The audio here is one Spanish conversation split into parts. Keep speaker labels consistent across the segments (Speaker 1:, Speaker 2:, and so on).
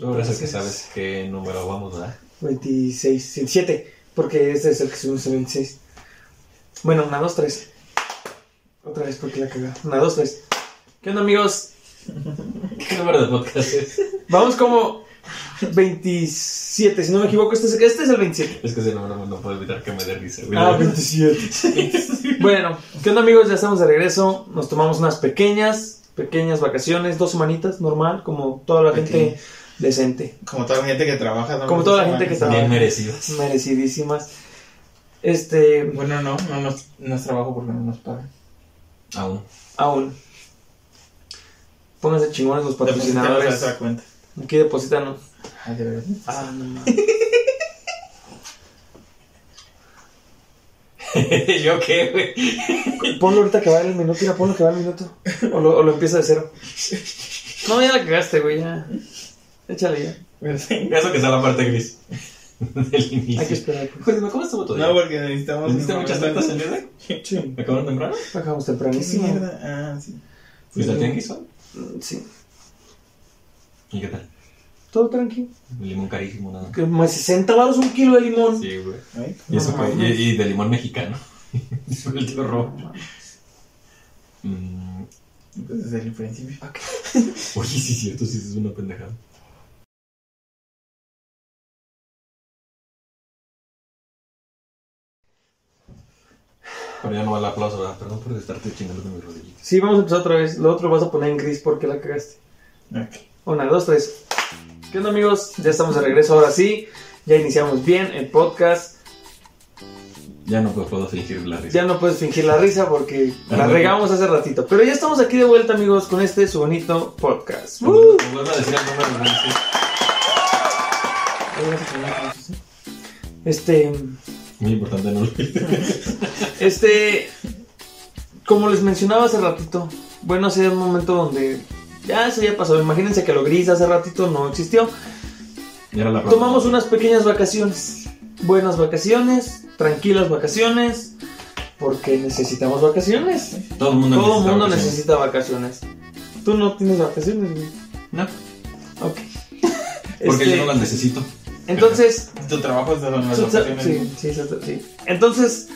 Speaker 1: Por eso que sabes qué número vamos, ¿verdad?
Speaker 2: 26, 27, porque este es el que subimos el 26. Bueno, una, dos, tres. Otra vez porque la cagada. Una, dos, tres. ¿Qué onda, amigos?
Speaker 1: ¿Qué número de podcast es?
Speaker 2: Vamos como 27, si no me equivoco, este es, este es el 27.
Speaker 1: Es que ese número no puedo evitar que me dé risa, güey.
Speaker 2: Ah, 27. bueno, ¿qué onda, amigos? Ya estamos de regreso. Nos tomamos unas pequeñas, pequeñas vacaciones, dos semanitas, normal, como toda la gente
Speaker 3: Pequeño.
Speaker 2: decente.
Speaker 3: Como toda la gente que trabaja. ¿no?
Speaker 2: Como toda la gente que trabaja.
Speaker 1: Bien merecidas.
Speaker 2: Merecidísimas. Este,
Speaker 3: Bueno, no, no nos, no es trabajo porque no nos pagan.
Speaker 1: Aún.
Speaker 2: aún. Pónganse chingones los
Speaker 3: Depositamos a
Speaker 2: patrocinadores.
Speaker 3: esa cuenta.
Speaker 2: Aquí depositan.
Speaker 3: Ay, de verdad.
Speaker 2: Ah, no mames.
Speaker 1: ¿Yo qué, güey?
Speaker 2: Ponlo ahorita que va el minuto, mira, ponlo que va el minuto. O lo, o lo empieza de cero. No, ya la cagaste, güey, ya. Échale ya.
Speaker 1: Eso que está la parte gris del
Speaker 2: Hay que
Speaker 1: inicio.
Speaker 2: esperar. pues.
Speaker 1: Joder, ¿cómo estuvo tu día?
Speaker 3: No, porque necesitamos.
Speaker 1: ¿Vendiste muchas
Speaker 3: necesitamos-
Speaker 1: tartas el día de hoy?
Speaker 2: Sí,
Speaker 1: ¿Acabaron temprano?
Speaker 2: bajamos
Speaker 3: ¿Qué
Speaker 2: tempranísimo.
Speaker 3: mierda? Ah, sí.
Speaker 1: ¿Fuiste
Speaker 2: Sí.
Speaker 1: al tianguis hoy?
Speaker 2: Mm, Sí,
Speaker 1: ¿Y qué tal?
Speaker 2: todo tranquilo.
Speaker 1: El limón carísimo, nada.
Speaker 2: Que más 60 baros un kilo de limón.
Speaker 1: Sí, güey.
Speaker 3: Ay, pues
Speaker 1: Y eso
Speaker 2: No
Speaker 1: fue-
Speaker 2: mames.
Speaker 1: y, y de limón mexicano. Fue el tío Rob. Mm,
Speaker 3: pues Desde el principio.
Speaker 1: Oye, sí es cierto, sí es una pendejada. Pero ya no va el aplauso, ¿verdad? Perdón por estarte chingando con mis rodillitas.
Speaker 2: Sí, vamos a empezar otra vez. Lo otro lo vas a poner en gris porque la cagaste.
Speaker 3: Ok.
Speaker 2: Una, dos, tres. ¿Qué onda, amigos? Ya estamos de regreso ahora sí. Ya iniciamos bien el podcast.
Speaker 1: Ya no puedo, puedo fingir la risa.
Speaker 2: Ya no puedes fingir la risa porque la
Speaker 1: Ajá.
Speaker 2: regamos hace ratito. Pero ya estamos aquí de vuelta, amigos, con este su bonito podcast.
Speaker 1: Como-
Speaker 2: ¡Woo!
Speaker 1: como vuelvo a decir el número, ¿verdad? Sí.
Speaker 2: Este,
Speaker 1: Muy importante no lo
Speaker 2: este, como les mencionaba hace ratito, bueno, hace un momento donde ya se había pasado. Imagínense que lo gris hace ratito no existió.
Speaker 1: Y ahora la
Speaker 2: Tomamos unas pequeñas vacaciones, buenas vacaciones, tranquilas vacaciones, porque necesitamos vacaciones.
Speaker 1: Todo el mundo
Speaker 2: Todo el mundo
Speaker 1: vacaciones.
Speaker 2: necesita vacaciones. Tú no tienes vacaciones, güey.
Speaker 1: No,
Speaker 2: Ok.
Speaker 1: porque
Speaker 2: Este,
Speaker 1: yo no las necesito.
Speaker 2: Entonces,
Speaker 3: Tu trabajo es de las
Speaker 2: Su- su-
Speaker 3: vacaciones.
Speaker 2: Sí, sí, su- sí. Entonces,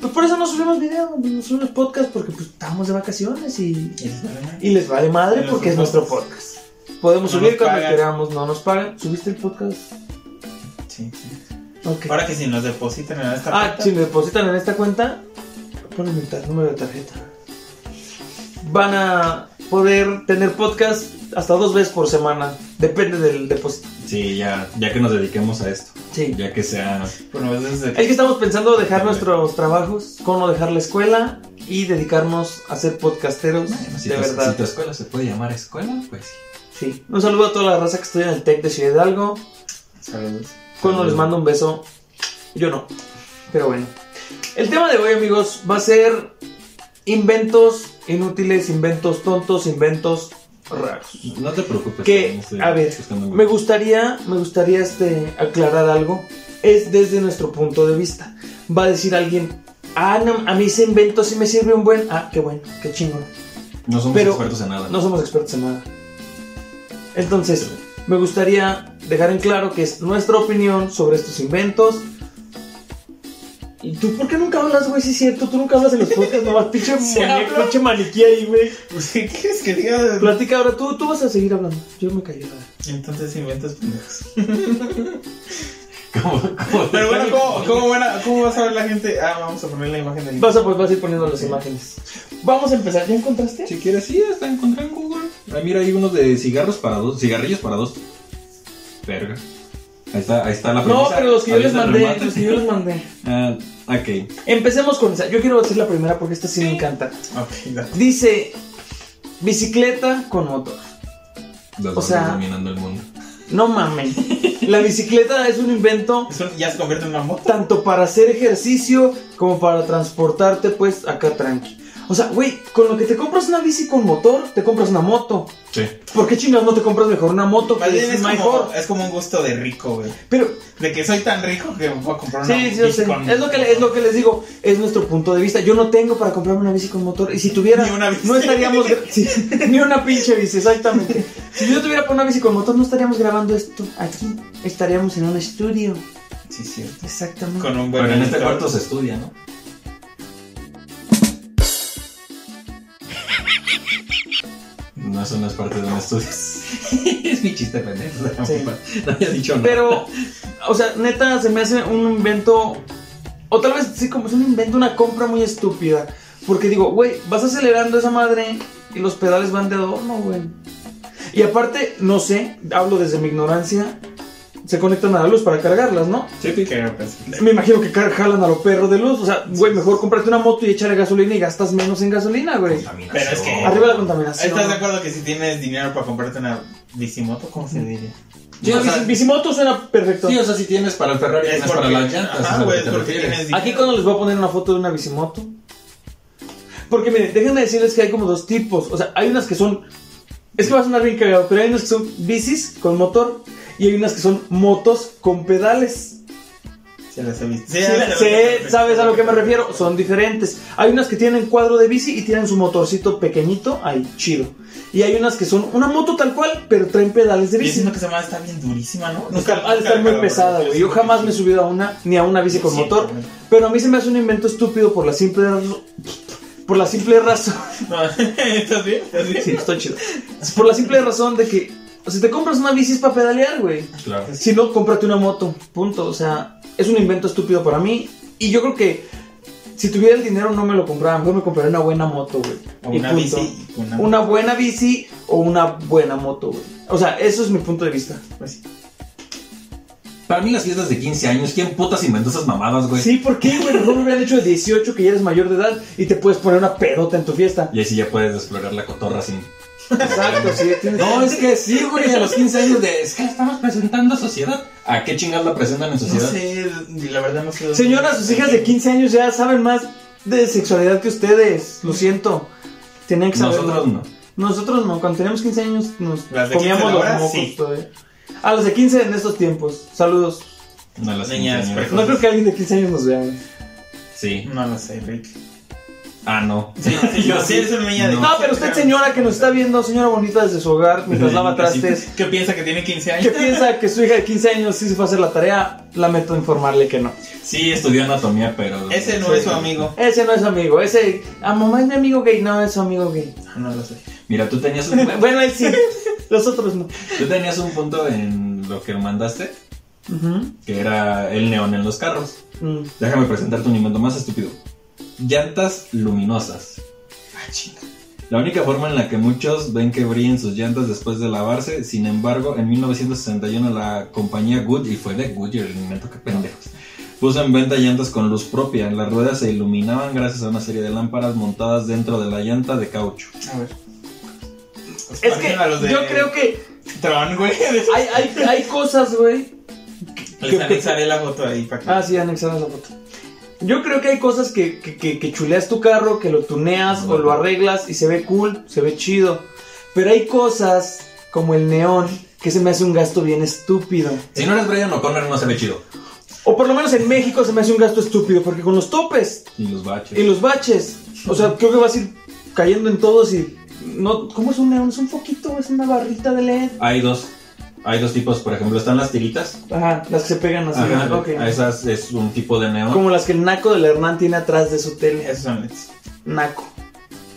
Speaker 2: pues por eso no subimos videos, no subimos podcast, porque pues estamos de vacaciones y,
Speaker 3: Y es normal.
Speaker 2: y les vale madre
Speaker 3: Pero
Speaker 2: porque es nuestro
Speaker 3: nosotros-
Speaker 2: podcast. Podemos
Speaker 3: No
Speaker 2: subir
Speaker 3: nos
Speaker 2: cuando
Speaker 3: pagan.
Speaker 2: queramos, no nos pagan. ¿Subiste el podcast?
Speaker 3: Sí, sí.
Speaker 2: Ok.
Speaker 3: Ahora que si nos depositan en esta
Speaker 2: Ah,
Speaker 3: cuenta,
Speaker 2: si me depositan en esta cuenta, ponen mi tar- número de tarjeta. Van a poder tener podcast hasta dos veces por semana. Depende del depósito.
Speaker 1: Sí, ya, ya que nos dediquemos a esto.
Speaker 2: Sí.
Speaker 1: Ya que sea.
Speaker 3: por lo menos desde
Speaker 2: Es que estamos pensando dejar nuestros trabajos, como dejar la escuela y dedicarnos a ser podcasteros
Speaker 1: Si
Speaker 2: de
Speaker 1: tu- si
Speaker 2: verdad.
Speaker 1: tu escuela se puede llamar escuela, pues sí.
Speaker 2: Sí. Un saludo a toda la raza que estudia en el TEC de Ciudad Hidalgo.
Speaker 3: Saludos.
Speaker 2: Cuando
Speaker 1: Saludos.
Speaker 2: les mando un beso, yo no. Pero bueno. El tema de hoy, amigos, va a ser inventos inútiles, inventos tontos, inventos raros.
Speaker 1: No te preocupes.
Speaker 2: Que,
Speaker 1: no estoy
Speaker 2: a ver,
Speaker 1: buscando-
Speaker 2: Me gustaría, me gustaría este, aclarar algo. Es desde nuestro punto de vista. Va a decir alguien, ah, no, a mí ese invento sí me sirve un buen. Ah, qué bueno, qué chingón.
Speaker 1: No somos
Speaker 2: pero-
Speaker 1: expertos en nada.
Speaker 2: No somos expertos en nada. Entonces, me gustaría dejar en claro que es nuestra opinión sobre estos inventos. ¿Y tú por qué nunca hablas, güey? Si es cierto, tú nunca hablas en los podcasts, nomás pinche,
Speaker 3: Sí
Speaker 2: muñe-
Speaker 3: hablo.
Speaker 2: pinche maniquí ahí, güey.
Speaker 3: Pues, ¿qué quieres que diga?
Speaker 2: Platica ahora, tú, tú vas a seguir hablando. Yo me callo. la verdad.
Speaker 3: Entonces inventas pendejos.
Speaker 1: ¿Cómo, cómo-
Speaker 3: Pero bueno, ¿cómo, cómo, buena- ¿cómo vas a ver la gente? Ah, vamos a poner la imagen del
Speaker 2: Vas a, pues, vas a ir poniendo las imágenes. Vamos a empezar. ¿Ya encontraste?
Speaker 1: Si quieres, sí, hasta encontré en Google. Ah, mira, hay unos de cigarros para dos, cigarrillos para dos. Verga. Ahí está, ahí está la
Speaker 2: No,
Speaker 1: premisa.
Speaker 2: pero los que yo
Speaker 1: Ahí
Speaker 2: les
Speaker 1: está el
Speaker 2: mandé,
Speaker 1: remate.
Speaker 2: los que yo les mandé.
Speaker 1: Ah, ok.
Speaker 2: Empecemos con esa. Yo quiero decir la primera porque esta sí me encanta.
Speaker 3: Ok, da.
Speaker 2: Dice bicicleta con motor.
Speaker 1: Los
Speaker 2: O
Speaker 1: dos
Speaker 2: sea-
Speaker 1: dominando el mundo.
Speaker 2: No mamen. La bicicleta es un invento
Speaker 3: Eso ya se convierte en una moto.
Speaker 2: tanto para hacer ejercicio como para transportarte pues acá tranqui. O sea, güey, con lo que te compras una bici con motor, te compras una moto.
Speaker 1: Sí.
Speaker 2: ¿Por qué chingados no te compras mejor una moto?
Speaker 3: Más
Speaker 2: Que
Speaker 3: bien
Speaker 2: es
Speaker 3: es como,
Speaker 2: mejor.
Speaker 3: es como un gusto de rico, güey.
Speaker 2: Pero,
Speaker 3: De que soy tan rico que me puedo comprar una
Speaker 2: sí, sí, yo
Speaker 3: bici
Speaker 2: sé.
Speaker 3: con-
Speaker 2: Es lo, que, le- es lo que les digo. Es nuestro punto de vista. Yo no tengo para comprarme una bici con motor. Y si tuviera,
Speaker 3: Ni una bici.
Speaker 2: no estaríamos. gra- sí, ni una pinche bici, exactamente. Si yo tuviera para una bici con motor, no estaríamos grabando esto aquí. Estaríamos en un estudio.
Speaker 3: Sí, sí.
Speaker 2: Exactamente.
Speaker 3: Con un buen
Speaker 1: Pero en este
Speaker 3: monitor.
Speaker 1: cuarto se estudia, ¿no? No, eso no es parte de un estudio. es mi chiste pendejo. No,
Speaker 2: Sí.
Speaker 1: no había dicho nada.
Speaker 2: Pero, o sea, neta, se me hace un invento. O tal vez sí, como es un invento, una compra muy estúpida. Porque digo, güey, vas acelerando esa madre y los pedales van de adorno, güey. Y aparte, no sé, hablo desde mi ignorancia. Se conectan a la luz para cargarlas, ¿no?
Speaker 3: Sí, sí, que pues,
Speaker 2: Me imagino que car- jalan a los perros de luz. O sea, güey, mejor cómprate una moto y echarle gasolina y gastas menos en gasolina, güey.
Speaker 1: Contaminación.
Speaker 3: Pero es que-
Speaker 2: Arriba la
Speaker 3: Ahí
Speaker 2: contaminación.
Speaker 3: ¿Estás de acuerdo que si tienes dinero para comprarte una bicimoto? ¿Cómo se diría?
Speaker 2: Yo,
Speaker 1: O sea,
Speaker 2: bici- bicimoto suena perfecto.
Speaker 1: Sí, o sea, si tienes para el Ferrari, tienes para
Speaker 3: porque-
Speaker 1: las llantas. es a
Speaker 3: Ajá,
Speaker 1: lo
Speaker 3: güey,
Speaker 1: que
Speaker 3: es
Speaker 1: te
Speaker 3: porque
Speaker 1: refieres.
Speaker 3: tienes
Speaker 2: Aquí
Speaker 3: dinero.
Speaker 2: cuando les voy a poner una foto de una bicimoto. Porque miren, déjenme decirles que hay como dos tipos. O sea, hay unas que son. Es que va a sonar bien cagado, pero hay unas que son bicis con motor y hay unas que son motos con pedales.
Speaker 3: Se las he visto. Sí,
Speaker 2: Sí,
Speaker 3: ya
Speaker 2: la-
Speaker 3: sé lo que
Speaker 2: sí,
Speaker 3: te-
Speaker 2: ¿Sabes a lo que me refiero? Son diferentes. Hay unas que tienen cuadro de bici y tienen su motorcito pequeñito, ahí, chido. Y hay unas que son una moto tal cual, pero traen pedales de
Speaker 3: Yo
Speaker 2: bici.
Speaker 3: siento que esa madre está bien durísima, ¿no?
Speaker 2: Está- ha de estar muy pesada, güey. Yo jamás me he subido a una, ni a una bici con motor. Pero a mí se me hace un invento estúpido por la simple razo- por la simple razón.
Speaker 3: No, ¿Estás bien? ¿Estás bien?
Speaker 2: Sí, estoy chido. Por la simple razón de que si te compras una bici es para pedalear, güey.
Speaker 1: Ah, Claro.
Speaker 2: Si no, cómprate una moto. Punto. O sea, es un invento estúpido para mí. Y yo creo que si tuviera el dinero no me lo compraba. Mejor me compraría una buena moto,
Speaker 3: O
Speaker 2: güey. Y
Speaker 3: Una
Speaker 2: punto.
Speaker 3: bici y una
Speaker 2: Una buena bici o una buena moto, güey. O sea, eso es mi punto de vista.
Speaker 3: pues
Speaker 1: Para mí, las fiestas de 15 años, ¿quién putas inventó esas mamadas, güey?
Speaker 2: Sí, ¿por qué, güey? Mejor me hubieran hecho de 18 que ya eres mayor de edad y te puedes poner una pedota en tu fiesta.
Speaker 1: Y así ya puedes explorar la cotorra sin.
Speaker 2: Exacto, sí. tienes-
Speaker 1: No, es que sí, güey, a los 15 años de. Es que la estamos presentando a sociedad. ¿A qué chingados la presentan en
Speaker 3: No
Speaker 1: sociedad?
Speaker 3: sé, la verdad no sé.
Speaker 2: Señora, sus hijas de 15 años ya saben más de sexualidad que ustedes. Lo siento. Tienen que saber.
Speaker 1: Nosotros no.
Speaker 2: Nosotros no. Cuando teníamos 15 años nos
Speaker 3: Las de 15
Speaker 2: comíamos los
Speaker 3: ahora,
Speaker 2: mocos
Speaker 3: sí.
Speaker 2: todavía. A los de 15 en estos tiempos. Saludos.
Speaker 1: No las
Speaker 3: Niñas,
Speaker 1: 15
Speaker 3: precoces.
Speaker 2: No creo que alguien de 15 años nos vea. güey.
Speaker 1: Sí.
Speaker 3: No lo sé, Rick.
Speaker 1: Ah, no.
Speaker 3: Sí, sí, yo sí, es una niña de
Speaker 2: No, Ah, pero usted, señora, que nos está viendo, señora bonita desde su hogar, mientras lava trastes,
Speaker 3: ¿Qué piensa que tiene 15
Speaker 2: que
Speaker 3: años?
Speaker 2: piensa que su hija de 15 años sí se fue a hacer la tarea, lamento informarle que no.
Speaker 1: Sí, estudió anatomía, pero.
Speaker 3: Ese no
Speaker 2: Sí.
Speaker 3: es su amigo.
Speaker 2: Ese no es su amigo, ese. A mamá es mi amigo gay, no es su amigo gay.
Speaker 3: No lo sé.
Speaker 1: Mira, tú tenías un,
Speaker 2: Bueno, él sí, los otros no.
Speaker 1: tú tenías un punto en lo que mandaste,
Speaker 2: Ujú.
Speaker 1: que era el neón en los carros.
Speaker 2: Mm.
Speaker 1: Déjame presentarte un invento más estúpido. Llantas luminosas.
Speaker 3: Ah, chinga.
Speaker 1: La única forma en la que muchos ven que brillen sus llantas después de lavarse, sin embargo, en 1961 la compañía Good, y fue de Goodyear el invento, que pendejos, puso en venta llantas con luz propia. Las ruedas se iluminaban gracias a una serie de lámparas montadas dentro de la llanta de caucho.
Speaker 3: A ver. Pues
Speaker 2: Es que yo creo que Ah,
Speaker 3: Tron, güey.
Speaker 2: hay, hay, hay cosas, güey.
Speaker 3: Les anexaré la foto ahí para que.
Speaker 2: Ah, sí, anexaron la foto. Yo creo que hay cosas que, que, que- que chuleas tu carro, que lo tuneas o lo arreglas y se ve cool, se ve chido. Pero hay cosas como el neón que se me hace un gasto bien estúpido.
Speaker 1: Si no eres Brian O'Connor no se ve chido.
Speaker 2: O por lo menos en México se me hace un gasto estúpido porque con los topes
Speaker 1: Y los baches.
Speaker 2: y los baches, o sea, creo que vas a ir cayendo en todos y no, ¿cómo es un neón? Es un foquito, es una barrita de LED.
Speaker 1: Hay dos. Hay dos tipos, por ejemplo, están las tiritas.
Speaker 2: Ajá, las que se pegan así.
Speaker 1: Ajá,
Speaker 2: ok.
Speaker 1: a Esas es un tipo de neón.
Speaker 2: Como las que el naco del Hernán tiene atrás de su tele.
Speaker 3: Esos son LEDs.
Speaker 2: Naco.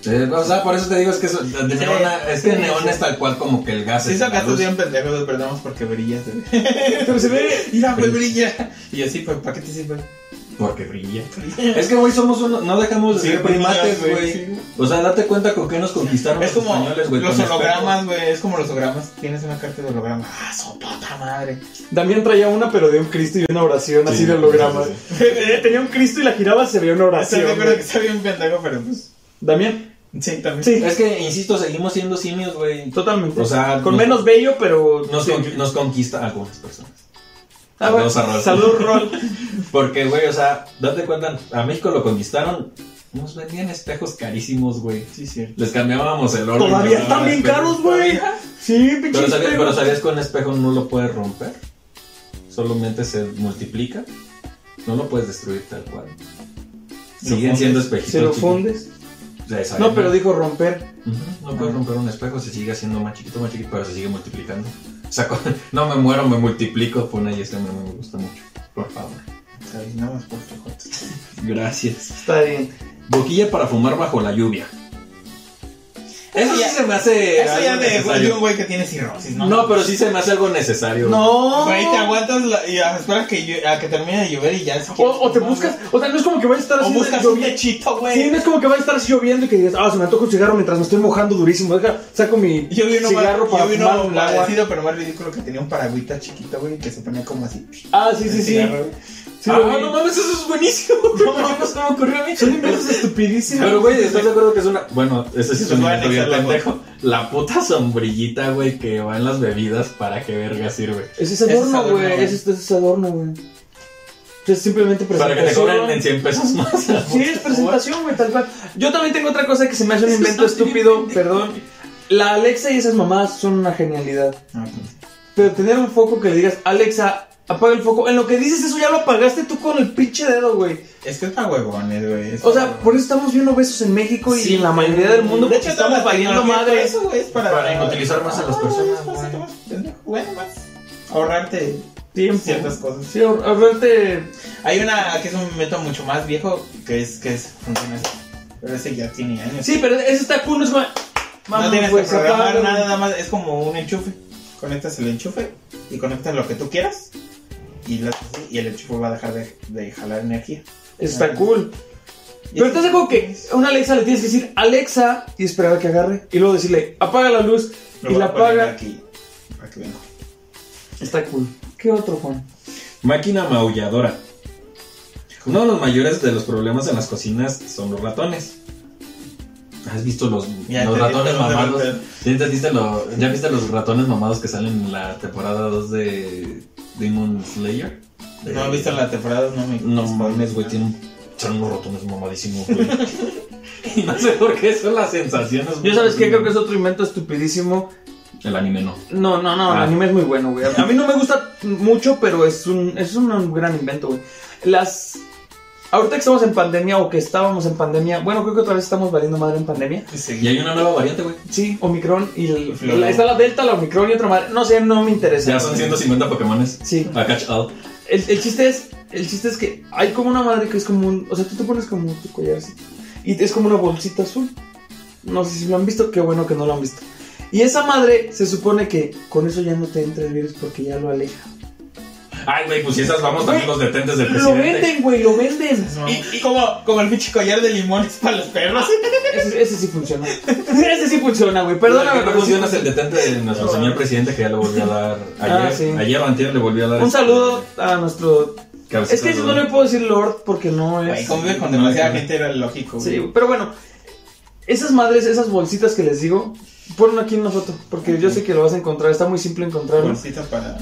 Speaker 1: Eh, o sea, por eso te digo es que eso- de neón a- es que el neón es tal cual como que el gas.
Speaker 3: Sí,
Speaker 1: es Ah, la
Speaker 3: sacaste
Speaker 1: luz.
Speaker 3: bien pendejos, los perdamos porque brillas. güey.
Speaker 2: Pero se ve.
Speaker 3: Mira, güey, brilla. Y yo sí, pues, ¿para qué te sirve?
Speaker 1: Porque brilla. Es que, güey, somos uno, no dejamos de
Speaker 3: Sí,
Speaker 1: ser primates,
Speaker 3: primates,
Speaker 1: güey.
Speaker 3: güey, sí.
Speaker 1: O sea, date cuenta con qué nos conquistaron
Speaker 3: Es
Speaker 1: los
Speaker 3: como
Speaker 1: españoles, güey.
Speaker 3: los
Speaker 1: con
Speaker 3: hologramas, güey. Es como los hologramas. Tienes una carta de holograma. Ah, su puta madre.
Speaker 2: También traía una, pero de un Cristo y una oración
Speaker 1: Sí,
Speaker 2: así de holograma. Eh,
Speaker 1: sí,
Speaker 2: Tenía un Cristo y la giraba, se veía una oración.
Speaker 3: Estoy de acuerdo que
Speaker 2: güey.
Speaker 3: está bien pendejo, pero pues.
Speaker 2: Damián,
Speaker 3: Sí, también.
Speaker 2: Sí.
Speaker 1: espejos. Es que, insisto, seguimos siendo simios, güey.
Speaker 2: totalmente.
Speaker 1: O sea,
Speaker 2: con
Speaker 1: nos-
Speaker 2: menos bello, pero.
Speaker 1: Nos,
Speaker 2: Sí.
Speaker 1: con- nos conquista a algunas personas.
Speaker 2: Ah, bueno.
Speaker 1: Saludos a Rol.
Speaker 2: Salud, Rol.
Speaker 1: Porque, güey, o sea, date cuenta, a México lo conquistaron Nos vendían espejos carísimos, güey.
Speaker 3: Sí, cierto.
Speaker 1: Les cambiábamos el orden.
Speaker 2: Todavía
Speaker 1: ¿no?
Speaker 2: están bien
Speaker 1: Pero-
Speaker 2: caros, güey. Sí, pinche.
Speaker 1: Pero sabías,
Speaker 2: espejo.
Speaker 1: pero sabías que un espejo no lo puedes romper. Solamente se multiplica. No lo puedes destruir tal cual.
Speaker 3: Se
Speaker 1: Siguen
Speaker 3: funde.
Speaker 1: siendo espejitos.
Speaker 2: Se lo
Speaker 1: chiquitos.
Speaker 2: fundes.
Speaker 1: O sea, esa-
Speaker 2: No, pero dijo romper.
Speaker 1: Ujú, No puedes romper un espejo, se sigue haciendo más chiquito, más chiquito, pero se sigue multiplicando. O sea, cu- no me muero, me multiplico. Pone ahí este meme, me gusta mucho. Por favor.
Speaker 3: ¿Sabes? Nada más por favor.
Speaker 1: Gracias.
Speaker 2: Está bien.
Speaker 1: Boquilla para fumar bajo la lluvia. Eso
Speaker 3: Eso
Speaker 1: sí
Speaker 3: ya-
Speaker 1: se me hace.
Speaker 3: Eso ya
Speaker 1: algo
Speaker 3: de, güey,
Speaker 1: necesario.
Speaker 3: de un güey que tiene cirrosis, ¿no?
Speaker 1: No, pero sí se me hace algo necesario.
Speaker 2: No.
Speaker 3: Güey, te aguantas la- y ah, esperas que, llu- a que termine de llover y ya. si
Speaker 2: O,
Speaker 3: quieres
Speaker 2: o te
Speaker 3: fumar,
Speaker 2: buscas. O sea, no es como que vaya a estar
Speaker 3: güey. O
Speaker 2: haciendo
Speaker 3: buscas un
Speaker 2: lloviendo.
Speaker 3: techito,
Speaker 2: Sí,
Speaker 3: güey.
Speaker 2: no es como que va a estar lloviendo y que digas, ah, se me antoja un cigarro mientras me estoy mojando durísimo. Deja, saco mi
Speaker 3: Yo vi uno
Speaker 2: cigarro
Speaker 3: más,
Speaker 2: para
Speaker 3: yo vi uno
Speaker 2: fumar un agua.
Speaker 3: parecido, pero más ridículo que tenía un paragüita chiquito, güey, que se ponía como así.
Speaker 2: Ah, sí, sí,
Speaker 3: el
Speaker 2: sí.
Speaker 3: cigarro, güey.
Speaker 2: Sí,
Speaker 1: ah,
Speaker 2: lo vi.
Speaker 1: no mames, eso es buenísimo. No mames, se me ocurrió a mí.
Speaker 2: Son inventos estupidísimos.
Speaker 1: Pero, güey, ¿estás de acuerdo que es una. Bueno, ese sí es
Speaker 3: Pues
Speaker 1: un
Speaker 3: van a
Speaker 1: invento bien
Speaker 3: hacer la
Speaker 1: pendejo. La puta sombrillita, güey, que va en las bebidas, ¿para qué verga sirve?
Speaker 2: Ese es
Speaker 3: Ese es
Speaker 2: adorno,
Speaker 3: adorno,
Speaker 2: güey.
Speaker 3: güey.
Speaker 2: Ese es, ese es adorno, güey. Es simplemente presentación.
Speaker 1: Para que te cobren en 100 pesos más. la
Speaker 2: Sí, es
Speaker 1: puta
Speaker 2: presentación, güey, tal cual. Yo también tengo otra cosa que se me hace un
Speaker 1: Eso
Speaker 2: invento
Speaker 1: está bien
Speaker 2: estúpido,
Speaker 1: pendejo.
Speaker 2: perdón. La Alexa y esas mamás son una genialidad.
Speaker 3: Ah, pues,
Speaker 2: Pero tener un foco que le digas, Alexa, apaga el foco. En lo que dices eso ya lo apagaste tú con el pinche dedo, güey.
Speaker 3: Es que es para huevones, güey. es
Speaker 2: O
Speaker 3: para-
Speaker 2: sea, por eso estamos bien obesos en México y
Speaker 1: Sí.
Speaker 2: en la mayoría del mundo.
Speaker 3: De
Speaker 2: porque
Speaker 3: hecho,
Speaker 2: estamos
Speaker 3: toda la
Speaker 2: valiendo
Speaker 3: tecnología es para
Speaker 2: madres.
Speaker 3: Eso, güey, es para,
Speaker 1: Para inutilizar más a las
Speaker 3: Ah,
Speaker 1: personas,
Speaker 3: es para-
Speaker 1: güey.
Speaker 3: más pendejo, Bueno, más. Ahorrarte
Speaker 2: Tiempo.
Speaker 3: ciertas cosas.
Speaker 2: Sí, a- a verte.
Speaker 3: Hay una que es un método mucho más viejo que es que es funciona así. Pero ese ya tiene años.
Speaker 2: Sí, pero eso está cool, no es como.
Speaker 3: no
Speaker 2: Vamos,
Speaker 3: tienes
Speaker 2: pues,
Speaker 3: que programar
Speaker 2: apaga,
Speaker 3: nada, nada más es como un enchufe. Conectas el enchufe y conectas lo que tú quieras. Y, lo haces así, y el enchufe va a dejar de, de jalar energía.
Speaker 2: Está
Speaker 3: Ah.
Speaker 2: cool. Pero estás de acuerdo que a una Alexa le tienes que decir Alexa y esperar a que agarre. Y luego decirle, apaga la luz
Speaker 3: Lo
Speaker 2: y
Speaker 3: voy a
Speaker 2: la
Speaker 3: poner
Speaker 2: apaga.
Speaker 3: Aquí, para que venga.
Speaker 2: Está cool. ¿Qué otro, Juan?
Speaker 1: Máquina maulladora. Uno de los mayores de los problemas en las cocinas son los ratones. ¿Has visto los,
Speaker 3: Ya
Speaker 1: los
Speaker 3: entendí,
Speaker 1: ratones
Speaker 3: los de
Speaker 1: mamados?
Speaker 3: los-
Speaker 1: ¿Ya, entendiste lo- ya viste los ratones mamados que salen en la temporada 2 de Demon Slayer?
Speaker 3: No he visto
Speaker 1: la
Speaker 3: la temporada, no me.
Speaker 1: Eh, No mames, güey, tiene un... son unos rotones mamadísimos, güey. y no sé por qué son las sensaciones.
Speaker 2: Yo, ¿sabes qué? Creo que es otro invento estupidísimo.
Speaker 1: El anime no.
Speaker 2: No, no, no, el
Speaker 1: Ah.
Speaker 2: anime es muy bueno, güey. A mí no me gusta mucho, pero es un, es un gran invento, güey. Las. Ahorita que estamos en pandemia o que estábamos en pandemia, bueno, creo que otra vez estamos valiendo madre en pandemia.
Speaker 1: Y hay una nueva variante, güey.
Speaker 2: Sí, Omicron y el-
Speaker 3: Flor.
Speaker 2: la- está la Delta, la Omicron y otra madre. No sé, no me interesa.
Speaker 1: Ya son 150 Pokémones.
Speaker 2: Sí.
Speaker 1: A catch all.
Speaker 2: El, el chiste es, el chiste es que hay como una madre que es como un, o sea, tú te pones como tu collarcito y es como una bolsita azul. No sé si lo han visto, qué bueno que no lo han visto. Y esa madre se supone que con eso ya no te entra el virus porque ya lo aleja.
Speaker 1: Ay, güey, pues si esas vamos también los detentes del
Speaker 2: Lo
Speaker 1: presidente.
Speaker 2: venden, güey, lo venden.
Speaker 3: Y, y como, como el pinche collar de limones para los perros.
Speaker 2: Ese, ese sí funciona. Ese sí funciona, güey.
Speaker 1: Perdóname,
Speaker 2: Perdóname,
Speaker 1: no
Speaker 2: pero sí
Speaker 1: funciona es el detente de nuestro señor presidente que ya le volvió a dar ayer.
Speaker 2: Ah, sí.
Speaker 1: Ayer o antier le volvió a dar.
Speaker 2: Un
Speaker 1: este,
Speaker 2: saludo a nuestro.
Speaker 1: cabecita
Speaker 2: Es que
Speaker 1: de
Speaker 2: no le
Speaker 1: oro.
Speaker 2: puedo decir Lord porque no es.
Speaker 3: Güey, convive con demasiada gente, era lógico. güey.
Speaker 2: Sí, güey, pero bueno, esas madres, esas bolsitas que les digo, ponlo aquí en una foto, porque yo sé que lo vas a encontrar, está muy simple encontrarlo.
Speaker 3: Bolsitas para.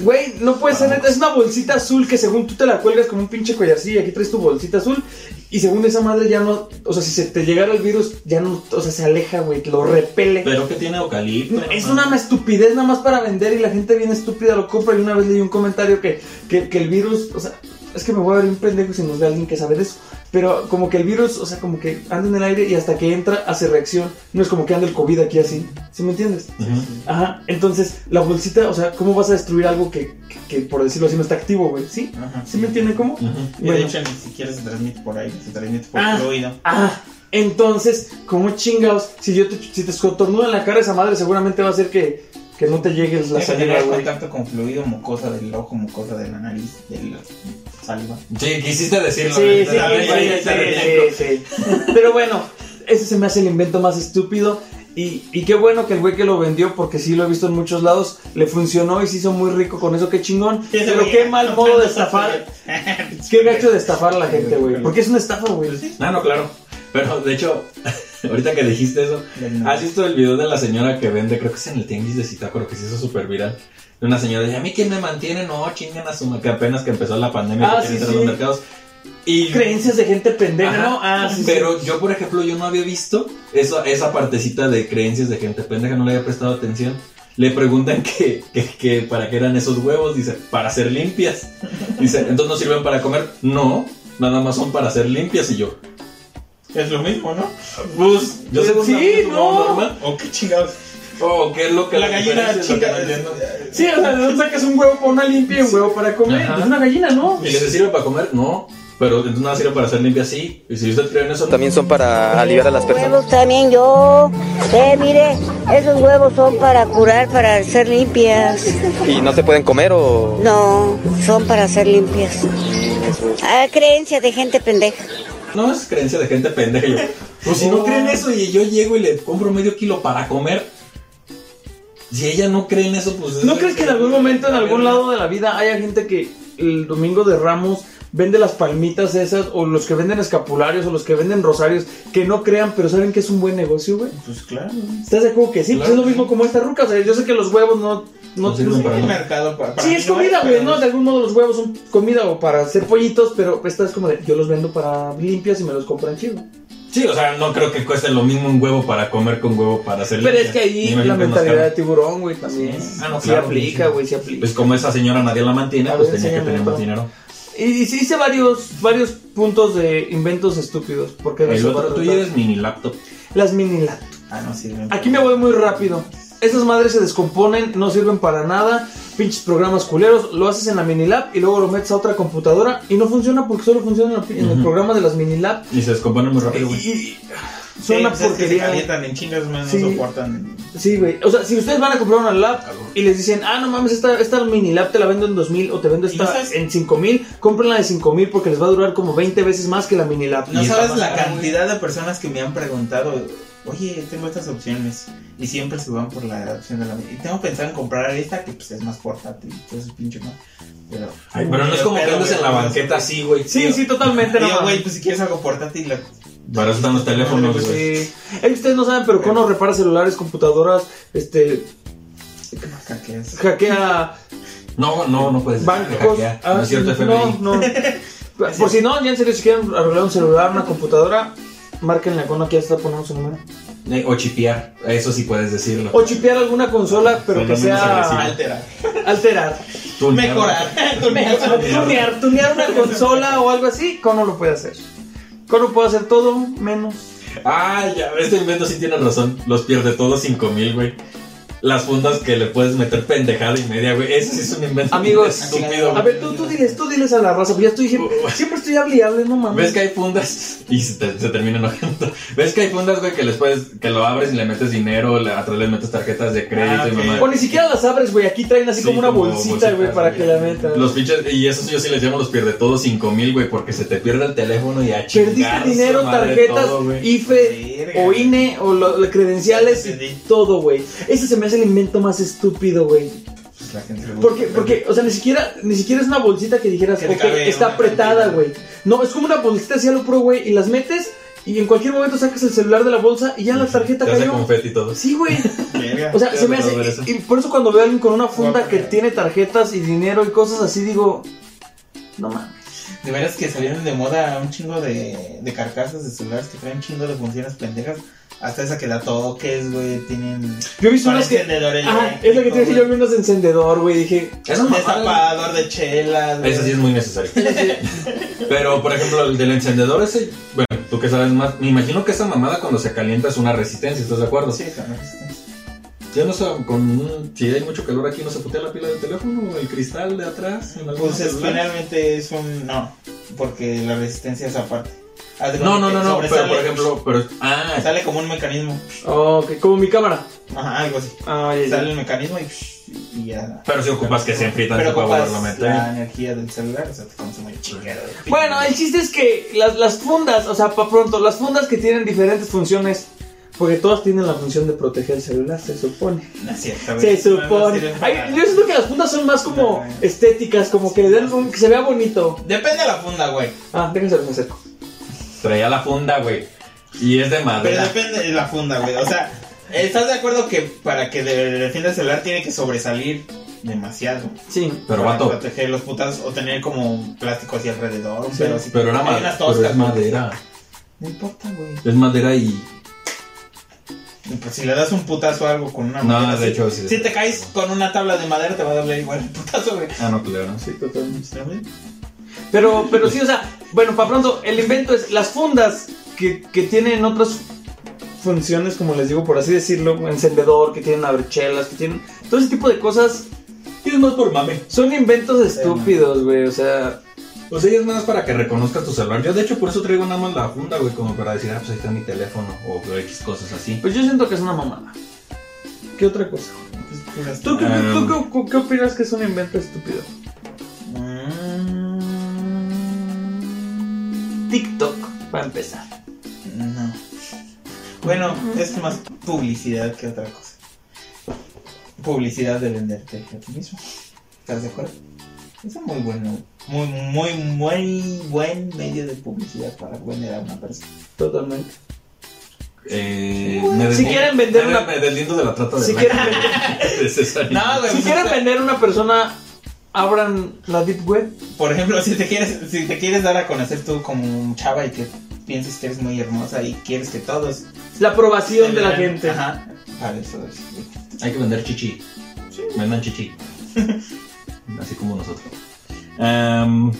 Speaker 2: Güey, no puede
Speaker 1: Ah,
Speaker 2: ser, neta, es una bolsita azul que según tú te la cuelgas como un pinche collarcillo, aquí traes tu bolsita azul, y según esa madre ya no, o sea, si se te llegara el virus, ya no, o sea, se aleja, güey, lo repele.
Speaker 1: Pero que tiene eucalipto.
Speaker 2: No, Es
Speaker 1: no
Speaker 2: una
Speaker 1: mames.
Speaker 2: estupidez nada más para vender y la gente bien estúpida lo compra. Y una vez leí un comentario que, que, que el virus, o sea, es que me voy a ver un pendejo si nos ve alguien que sabe de eso. Pero como que el virus, o sea, como que anda en el aire y hasta que entra hace reacción. No es como que anda el COVID aquí así. ¿Sí me entiendes?
Speaker 1: Ujú.
Speaker 2: Ajá. Entonces, la bolsita, o sea, ¿cómo vas a destruir algo que, que, que, por decirlo así no está activo, güey? ¿Sí?
Speaker 3: Ajá.
Speaker 2: ¿Sí me entienden cómo?
Speaker 1: Ujú.
Speaker 3: Y de
Speaker 2: Bueno.
Speaker 3: hecho ni siquiera se transmite por aire, se transmite por
Speaker 2: Ah.
Speaker 3: fluido.
Speaker 2: Ah, entonces, como chingados, si yo te, si te estornudo en la cara esa madre, seguramente va a hacer que, que no te llegue la
Speaker 3: Tiene que
Speaker 2: saliva,
Speaker 3: tener
Speaker 2: güey.
Speaker 3: contacto con fluido, mucosa del ojo, mucosa de la nariz, de la saliva.
Speaker 1: Sí, quisiste decirlo.
Speaker 2: Sí, sí,
Speaker 1: Está bien, güey,
Speaker 2: sí,
Speaker 1: está bien.
Speaker 2: sí, sí, sí. Pero bueno, ese se me hace el invento más estúpido. Y, y qué bueno que el güey que lo vendió, porque sí lo he visto en muchos lados, le funcionó y se hizo muy rico con eso, qué chingón. Pero qué mal modo de estafar, qué gacho de estafar a la gente, güey. Porque es una estafa, güey.
Speaker 1: Ah, no, claro. Pero de hecho, ahorita que dijiste eso, ¿has visto el video de la señora que vende? Creo que es en el tianguis de Zitácuaro, que se hizo súper viral. De una señora, dice, ¿a mí quién me mantiene? No, chingan a su ma-", que apenas que empezó la pandemia,
Speaker 2: Ah,
Speaker 1: que
Speaker 2: sí,
Speaker 1: quieren entrar a los
Speaker 2: sí.
Speaker 1: mercados. Y
Speaker 2: Creencias de gente pendeja,
Speaker 1: Ajá.
Speaker 2: ¿no? Ah, sí, sí.
Speaker 1: Pero yo, por ejemplo, yo no había visto eso, esa partecita de creencias de gente pendeja, no le había prestado atención. Le preguntan que, que- que para qué eran esos huevos, dice, para ser limpias. Dice, entonces no sirven para comer. No, nada más son para ser limpias y yo.
Speaker 3: Es lo mismo, ¿no?
Speaker 1: Pues, yo sé
Speaker 2: Sí, no.
Speaker 3: ¿O qué chingados?
Speaker 1: Oh, qué es lo que
Speaker 3: La
Speaker 1: diferencia
Speaker 3: gallina
Speaker 1: es lo que
Speaker 3: chica.
Speaker 1: no entiendo.
Speaker 2: Sí, o sea, ¿de dónde sacas un huevo para una limpia y un huevo para comer?
Speaker 1: Ajá.
Speaker 2: Es una gallina, ¿no?
Speaker 1: Y dice, ¿sirve para comer? No, pero entonces nada sirve para ser limpias, sí. Y si usted cree en eso,
Speaker 4: También son para aliviar a las personas.
Speaker 5: Huevos también yo. Eh, mire, esos huevos son para curar, para ser limpias.
Speaker 4: Y no se pueden comer o...
Speaker 5: No, son para ser limpias. Ah, creencia de gente pendeja.
Speaker 1: No, es creencia de gente pendeja. Yo, pues si
Speaker 2: Oh.
Speaker 1: no creen eso y yo llego y le compro medio kilo para comer. Si ella no cree en eso, pues... es-
Speaker 2: ¿No crees que en algún momento, en algún lado de la vida, haya gente que el domingo de Ramos vende las palmitas esas, o los que venden escapularios, o los que venden rosarios, que no crean, pero saben que es un buen negocio, güey?
Speaker 3: Pues claro.
Speaker 2: ¿Estás de acuerdo que sí? Pues
Speaker 1: Claro.
Speaker 2: es lo mismo como esta ruca, o sea, yo sé que los huevos no... no,
Speaker 1: No sirven para
Speaker 3: El
Speaker 1: nada.
Speaker 3: mercado para, para
Speaker 2: Sí,
Speaker 3: mí
Speaker 2: es comida,
Speaker 3: hay,
Speaker 2: güey,
Speaker 3: pero
Speaker 2: ¿no? De algún modo los huevos son comida o para hacer pollitos, pero esta es como de, yo los vendo para limpias y me los compran chido.
Speaker 1: Sí, o sea, no creo que cueste lo mismo un huevo para comer con huevo para hacer
Speaker 2: Pero
Speaker 1: limpia.
Speaker 2: es que
Speaker 1: Me
Speaker 2: ahí
Speaker 1: imagino
Speaker 2: la
Speaker 1: que es más
Speaker 2: mentalidad de
Speaker 1: caro.
Speaker 2: tiburón, güey, también.
Speaker 1: Sí. Ah, no,
Speaker 2: sí
Speaker 1: claro,
Speaker 2: aplica,
Speaker 1: sí.
Speaker 2: güey, sí aplica.
Speaker 1: Pues como esa señora nadie la mantiene,
Speaker 2: A
Speaker 1: pues
Speaker 2: ver,
Speaker 1: tenía que
Speaker 2: enséñame
Speaker 1: tener más
Speaker 2: todo.
Speaker 1: dinero.
Speaker 2: Y, y sí hice varios, varios puntos de inventos estúpidos. Porque de
Speaker 1: El
Speaker 2: eso va
Speaker 1: otro
Speaker 2: a
Speaker 1: tuyo
Speaker 2: tratar.
Speaker 1: es mini laptop.
Speaker 2: Las mini lat-
Speaker 3: Ah, no sirven.
Speaker 2: Aquí me voy muy rápido. Esas madres se descomponen, no sirven para nada. Pinches programas culeros, lo haces en la mini lab y luego lo metes a otra computadora y no funciona porque solo funciona en, la pi- en el
Speaker 1: Ujú.
Speaker 2: programa de las mini lab.
Speaker 1: Y se descompone muy
Speaker 2: Y,
Speaker 1: rápido, güey.
Speaker 2: y-
Speaker 3: Sí,
Speaker 2: son una
Speaker 3: pues es que se
Speaker 2: porquería.
Speaker 3: calientan en chingas, man,
Speaker 2: Sí.
Speaker 3: no soportan.
Speaker 2: Sí, güey. O sea, si ustedes van a comprar una lab y les dicen, ah, no mames, esta, esta mini lab te la vendo en 2000 o te vendo
Speaker 3: ¿Y no
Speaker 2: esta
Speaker 3: sabes?
Speaker 2: en 5000, cómprenla de 5000 porque les va a durar como 20 veces más que la mini lab.
Speaker 3: No
Speaker 1: Y está
Speaker 3: sabes
Speaker 1: más
Speaker 3: la
Speaker 1: caro,
Speaker 3: cantidad de personas que me han preguntado, oye, tengo estas opciones. Y siempre se van por la opción de la Y tengo pensado en comprar esta que pues es más portátil, pues es pinche más. Pero,
Speaker 1: Ay, pero no es como que
Speaker 3: Pero,
Speaker 1: andes en la
Speaker 3: güey,
Speaker 1: banqueta así, güey.
Speaker 2: Sí, sí, totalmente.
Speaker 3: Y
Speaker 2: no
Speaker 3: yo,
Speaker 2: mames.
Speaker 3: güey, pues si quieres algo portátil, la-
Speaker 1: Para eso están los teléfonos,
Speaker 3: Pues,
Speaker 1: güey.
Speaker 2: Sí. Ey, ustedes no saben, pero Cono repara celulares, computadoras, este,
Speaker 3: ¿qué marca que es?
Speaker 2: hackea
Speaker 1: No, no, no puedes.
Speaker 2: bancos.
Speaker 1: Hackea.
Speaker 2: Ah,
Speaker 1: No es cierto,
Speaker 2: sí,
Speaker 1: FBI.
Speaker 2: no, no. Por si no, ya en serio, si quieren arreglar un celular, una computadora, márquenle a Cono, aquí ya está poniendo su número.
Speaker 1: Eh, O chipear, eso sí puedes decirlo.
Speaker 2: O chipear alguna consola, pero
Speaker 1: Son
Speaker 2: que
Speaker 1: los menos
Speaker 2: sea
Speaker 1: agresivos.
Speaker 3: Alterar,
Speaker 2: alterar.
Speaker 1: Tunear.
Speaker 3: mejorar.
Speaker 2: Tunear, tunear una consola o algo así, Cono lo puede hacer. Cono puede hacer todo menos.
Speaker 1: Ah, ya, este invento sí tiene razón. Los pierde todos 5000, güey. Las fundas que le puedes meter pendejada y media, güey. Ese sí es un invento
Speaker 2: Amigos,
Speaker 1: estúpido.
Speaker 2: A ver, tú, tú diles, tú diles a la raza, porque ya estoy siempre, siempre estoy hablable, no mames.
Speaker 1: ¿Ves que hay fundas? Y se, te- se termina enojando. ¿Ves que hay fundas, güey, que les puedes, que lo abres y le metes dinero, le- atrás le metes tarjetas de crédito
Speaker 3: Ah,
Speaker 1: y
Speaker 3: ok.
Speaker 1: mamá?
Speaker 2: O ni siquiera las abres, güey. Aquí traen así
Speaker 1: Sí,
Speaker 2: como una
Speaker 1: como
Speaker 2: bolsita, güey,
Speaker 1: bolsitas,
Speaker 2: para
Speaker 1: güey.
Speaker 2: que la metas.
Speaker 1: Los pinches, y esos yo sí les llamo los pierde todos 5000, güey, porque se te pierde el teléfono y a
Speaker 2: Perdiste
Speaker 1: chingar su
Speaker 2: dinero,
Speaker 1: madre
Speaker 2: tarjetas,
Speaker 1: todo, güey.
Speaker 2: IFE
Speaker 3: Verga.
Speaker 2: o INE o lo- lo- credenciales
Speaker 3: Sí, sí,
Speaker 2: y
Speaker 3: sí.
Speaker 2: todo, güey. Ese se me hace el invento más estúpido, güey.
Speaker 3: Pues la gente le gusta.
Speaker 2: Porque, porque, o sea, ni siquiera, ni siquiera es una bolsita que dijeras,
Speaker 3: Que te
Speaker 2: ok,
Speaker 3: cabe
Speaker 2: está
Speaker 3: una
Speaker 2: apretada,
Speaker 3: cantidad.
Speaker 2: güey. No, es como una bolsita así a lo pro, güey, y las metes y en cualquier momento sacas el celular de la bolsa y ya la tarjeta
Speaker 1: Te hace
Speaker 2: cayó.
Speaker 1: confeti y todo.
Speaker 2: Sí, güey.
Speaker 3: Verga.
Speaker 2: O sea,
Speaker 1: Yo
Speaker 2: se me
Speaker 1: no puedo ver
Speaker 2: hace.
Speaker 1: eso.
Speaker 2: Y por eso cuando veo a alguien con una funda
Speaker 3: Guapo,
Speaker 2: que
Speaker 3: ya.
Speaker 2: tiene tarjetas y dinero y cosas así, digo. No mames.
Speaker 3: De veras que salieron de moda un chingo de, de carcasas de celulares que traen un chingo de funciones pendejas. Hasta esa que da toques, güey, tienen...
Speaker 2: Yo he visto unas
Speaker 3: Parece
Speaker 2: que.
Speaker 3: encendedor
Speaker 2: Ajá, es lo que te dije, yo vi unos de encendedor, güey. Dije.
Speaker 1: Esa mamada,
Speaker 3: Destapador de chelas, güey.
Speaker 1: Ese sí es muy necesario. Pero, por ejemplo, el del encendedor ese, bueno, tú que sabes más, me imagino que esa mamada cuando se calienta es una resistencia, ¿estás de acuerdo?
Speaker 3: Sí, esa no existe.
Speaker 1: Yo no sé, con un- si hay mucho calor aquí, ¿no se putea la pila del teléfono o el cristal de atrás? en algún
Speaker 3: Pues es-
Speaker 1: celular?
Speaker 3: finalmente es un... No, porque la resistencia es aparte. Haz de
Speaker 1: No,
Speaker 3: cuenta
Speaker 1: no, no,
Speaker 3: que
Speaker 1: no, pero
Speaker 3: sobresale-
Speaker 1: por ejemplo, pero, ah,
Speaker 3: Sale como un mecanismo.
Speaker 2: "Oh, Ok, como mi cámara.
Speaker 3: Ajá, algo así.
Speaker 2: Ah, ya, ya.
Speaker 3: Sale el mecanismo y... y ya...
Speaker 1: pero si ocupas que se enfríe
Speaker 3: Pero
Speaker 1: tanto para
Speaker 3: ocupas
Speaker 1: volverlo a meter.
Speaker 3: la energía del celular, o sea, te consume un chinguero. de pila.
Speaker 2: Bueno, el chiste es que las, las fundas, o sea, para pronto, las fundas que tienen diferentes funciones. Porque todas tienen la función de proteger el celular, se supone.
Speaker 3: No es cierto, güey.
Speaker 2: Se
Speaker 3: No, no
Speaker 2: supone.
Speaker 3: sirven para
Speaker 2: Ay,
Speaker 3: nada.
Speaker 2: yo siento que las fundas son más como
Speaker 3: Ajá.
Speaker 2: estéticas, como que, le dan un- que se vea bonito.
Speaker 3: Depende de la funda, güey.
Speaker 2: Ah, déjense los acerco.
Speaker 1: Traía la funda, güey, y es de
Speaker 3: Pero
Speaker 1: madera.
Speaker 3: depende de la funda, güey. O sea, ¿estás de acuerdo que para que de- defienda el celular tiene que sobresalir demasiado.
Speaker 2: Sí.
Speaker 1: Pero
Speaker 3: para
Speaker 1: vato,
Speaker 3: proteger los putas o tener como un plástico así alrededor.
Speaker 2: Sí,
Speaker 3: Pero, sí,
Speaker 1: pero era
Speaker 3: hay
Speaker 1: ma-
Speaker 3: unas
Speaker 1: pero
Speaker 3: toscas,
Speaker 1: es madera.
Speaker 3: No importa, güey.
Speaker 1: Es madera y
Speaker 3: Pues si le das un putazo a algo con una
Speaker 1: No,
Speaker 3: madera,
Speaker 1: de
Speaker 3: si-
Speaker 1: hecho, sí.
Speaker 3: Si te caes con una tabla de madera, te va a doler igual el putazo, güey.
Speaker 1: ah no claro.
Speaker 3: Sí, totalmente. Pues, ¿Sabes?
Speaker 2: Pero, pero sí, o sea, bueno, para pronto, el invento es las fundas que, que tienen otras funciones, como les digo, por así decirlo, como encendedor, que tienen aberchelas, que tienen todo ese tipo de cosas.
Speaker 1: Y es más por mame.
Speaker 2: Son inventos estúpidos, güey, o sea,
Speaker 1: O sea, y Pues es más para que reconozcas tu celular. Yo de hecho por eso traigo nada más la funda, güey, como para decir, ah, pues ahí está mi teléfono o X cosas así.
Speaker 2: pues yo siento que es una mamada. ¿Qué otra cosa?
Speaker 3: Pues, puras-
Speaker 2: ¿Tú, qué-
Speaker 1: Ah.
Speaker 2: tú qué- qué- qué opinas que es un invento estúpido?
Speaker 3: Mm,
Speaker 2: TikTok, para empezar.
Speaker 3: No. Bueno, es más publicidad que otra cosa. Publicidad de venderte a ti mismo. ¿Estás de acuerdo? Es un muy bueno, muy, muy, muy buen medio de publicidad para vender a una persona.
Speaker 2: Totalmente.
Speaker 1: Eh,
Speaker 2: Si quieren vender
Speaker 1: me,
Speaker 2: una-
Speaker 1: me deslindo de la trata de
Speaker 2: Si
Speaker 1: blancas.
Speaker 2: quieren vender,
Speaker 1: Necesario.
Speaker 3: No, güey,
Speaker 2: si
Speaker 3: pues,
Speaker 2: quieren
Speaker 3: o sea,
Speaker 2: vender una persona, abran la Deep Web.
Speaker 3: por ejemplo, si te quieres, si te quieres dar a conocer tú como un chava y que piensas que eres muy hermosa y quieres que todos
Speaker 2: La aprobación
Speaker 3: te
Speaker 2: de la
Speaker 3: vean,
Speaker 2: gente.
Speaker 3: Ajá. Para eso es.
Speaker 1: Hay que vender chichi. Vendan chichi. Así como nosotros. Em,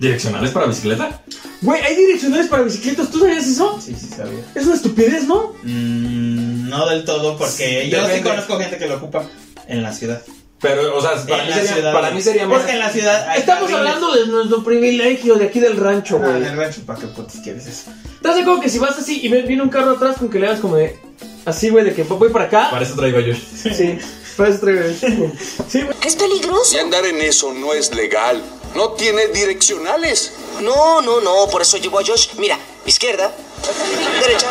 Speaker 1: ¿Direccionales para bicicleta?
Speaker 2: Güey, hay direccionales para bicicletas, ¿tú sabías eso?
Speaker 3: Sí, sí sabía.
Speaker 2: Es una estupidez, ¿no?
Speaker 3: Mm, no del todo, porque
Speaker 1: Sí,
Speaker 3: yo sí
Speaker 1: depende.
Speaker 3: conozco gente que lo ocupa en la ciudad.
Speaker 1: Pero, o sea, para,
Speaker 3: En
Speaker 1: mí
Speaker 3: la
Speaker 1: sería,
Speaker 3: ciudad,
Speaker 1: para
Speaker 3: güey.
Speaker 1: mí sería más.
Speaker 3: Porque en la ciudad. hay
Speaker 2: Estamos
Speaker 3: carriles.
Speaker 2: hablando de nuestro privilegio de aquí del rancho,
Speaker 3: Ah,
Speaker 2: güey.
Speaker 3: en el rancho, ¿para qué putas quieres eso?
Speaker 2: ¿Estás de acuerdo que si vas así y ves- viene un carro atrás con que le hagas como de... Así, güey, de que voy para acá.
Speaker 1: Para eso traigo yo.
Speaker 2: Sí, para eso traigo el- Sí, güey.
Speaker 6: Es peligroso.
Speaker 7: Y andar en eso no es legal. No tiene direccionales.
Speaker 6: No, no, no, por eso llevo a Josh. Mira, izquierda, derecha.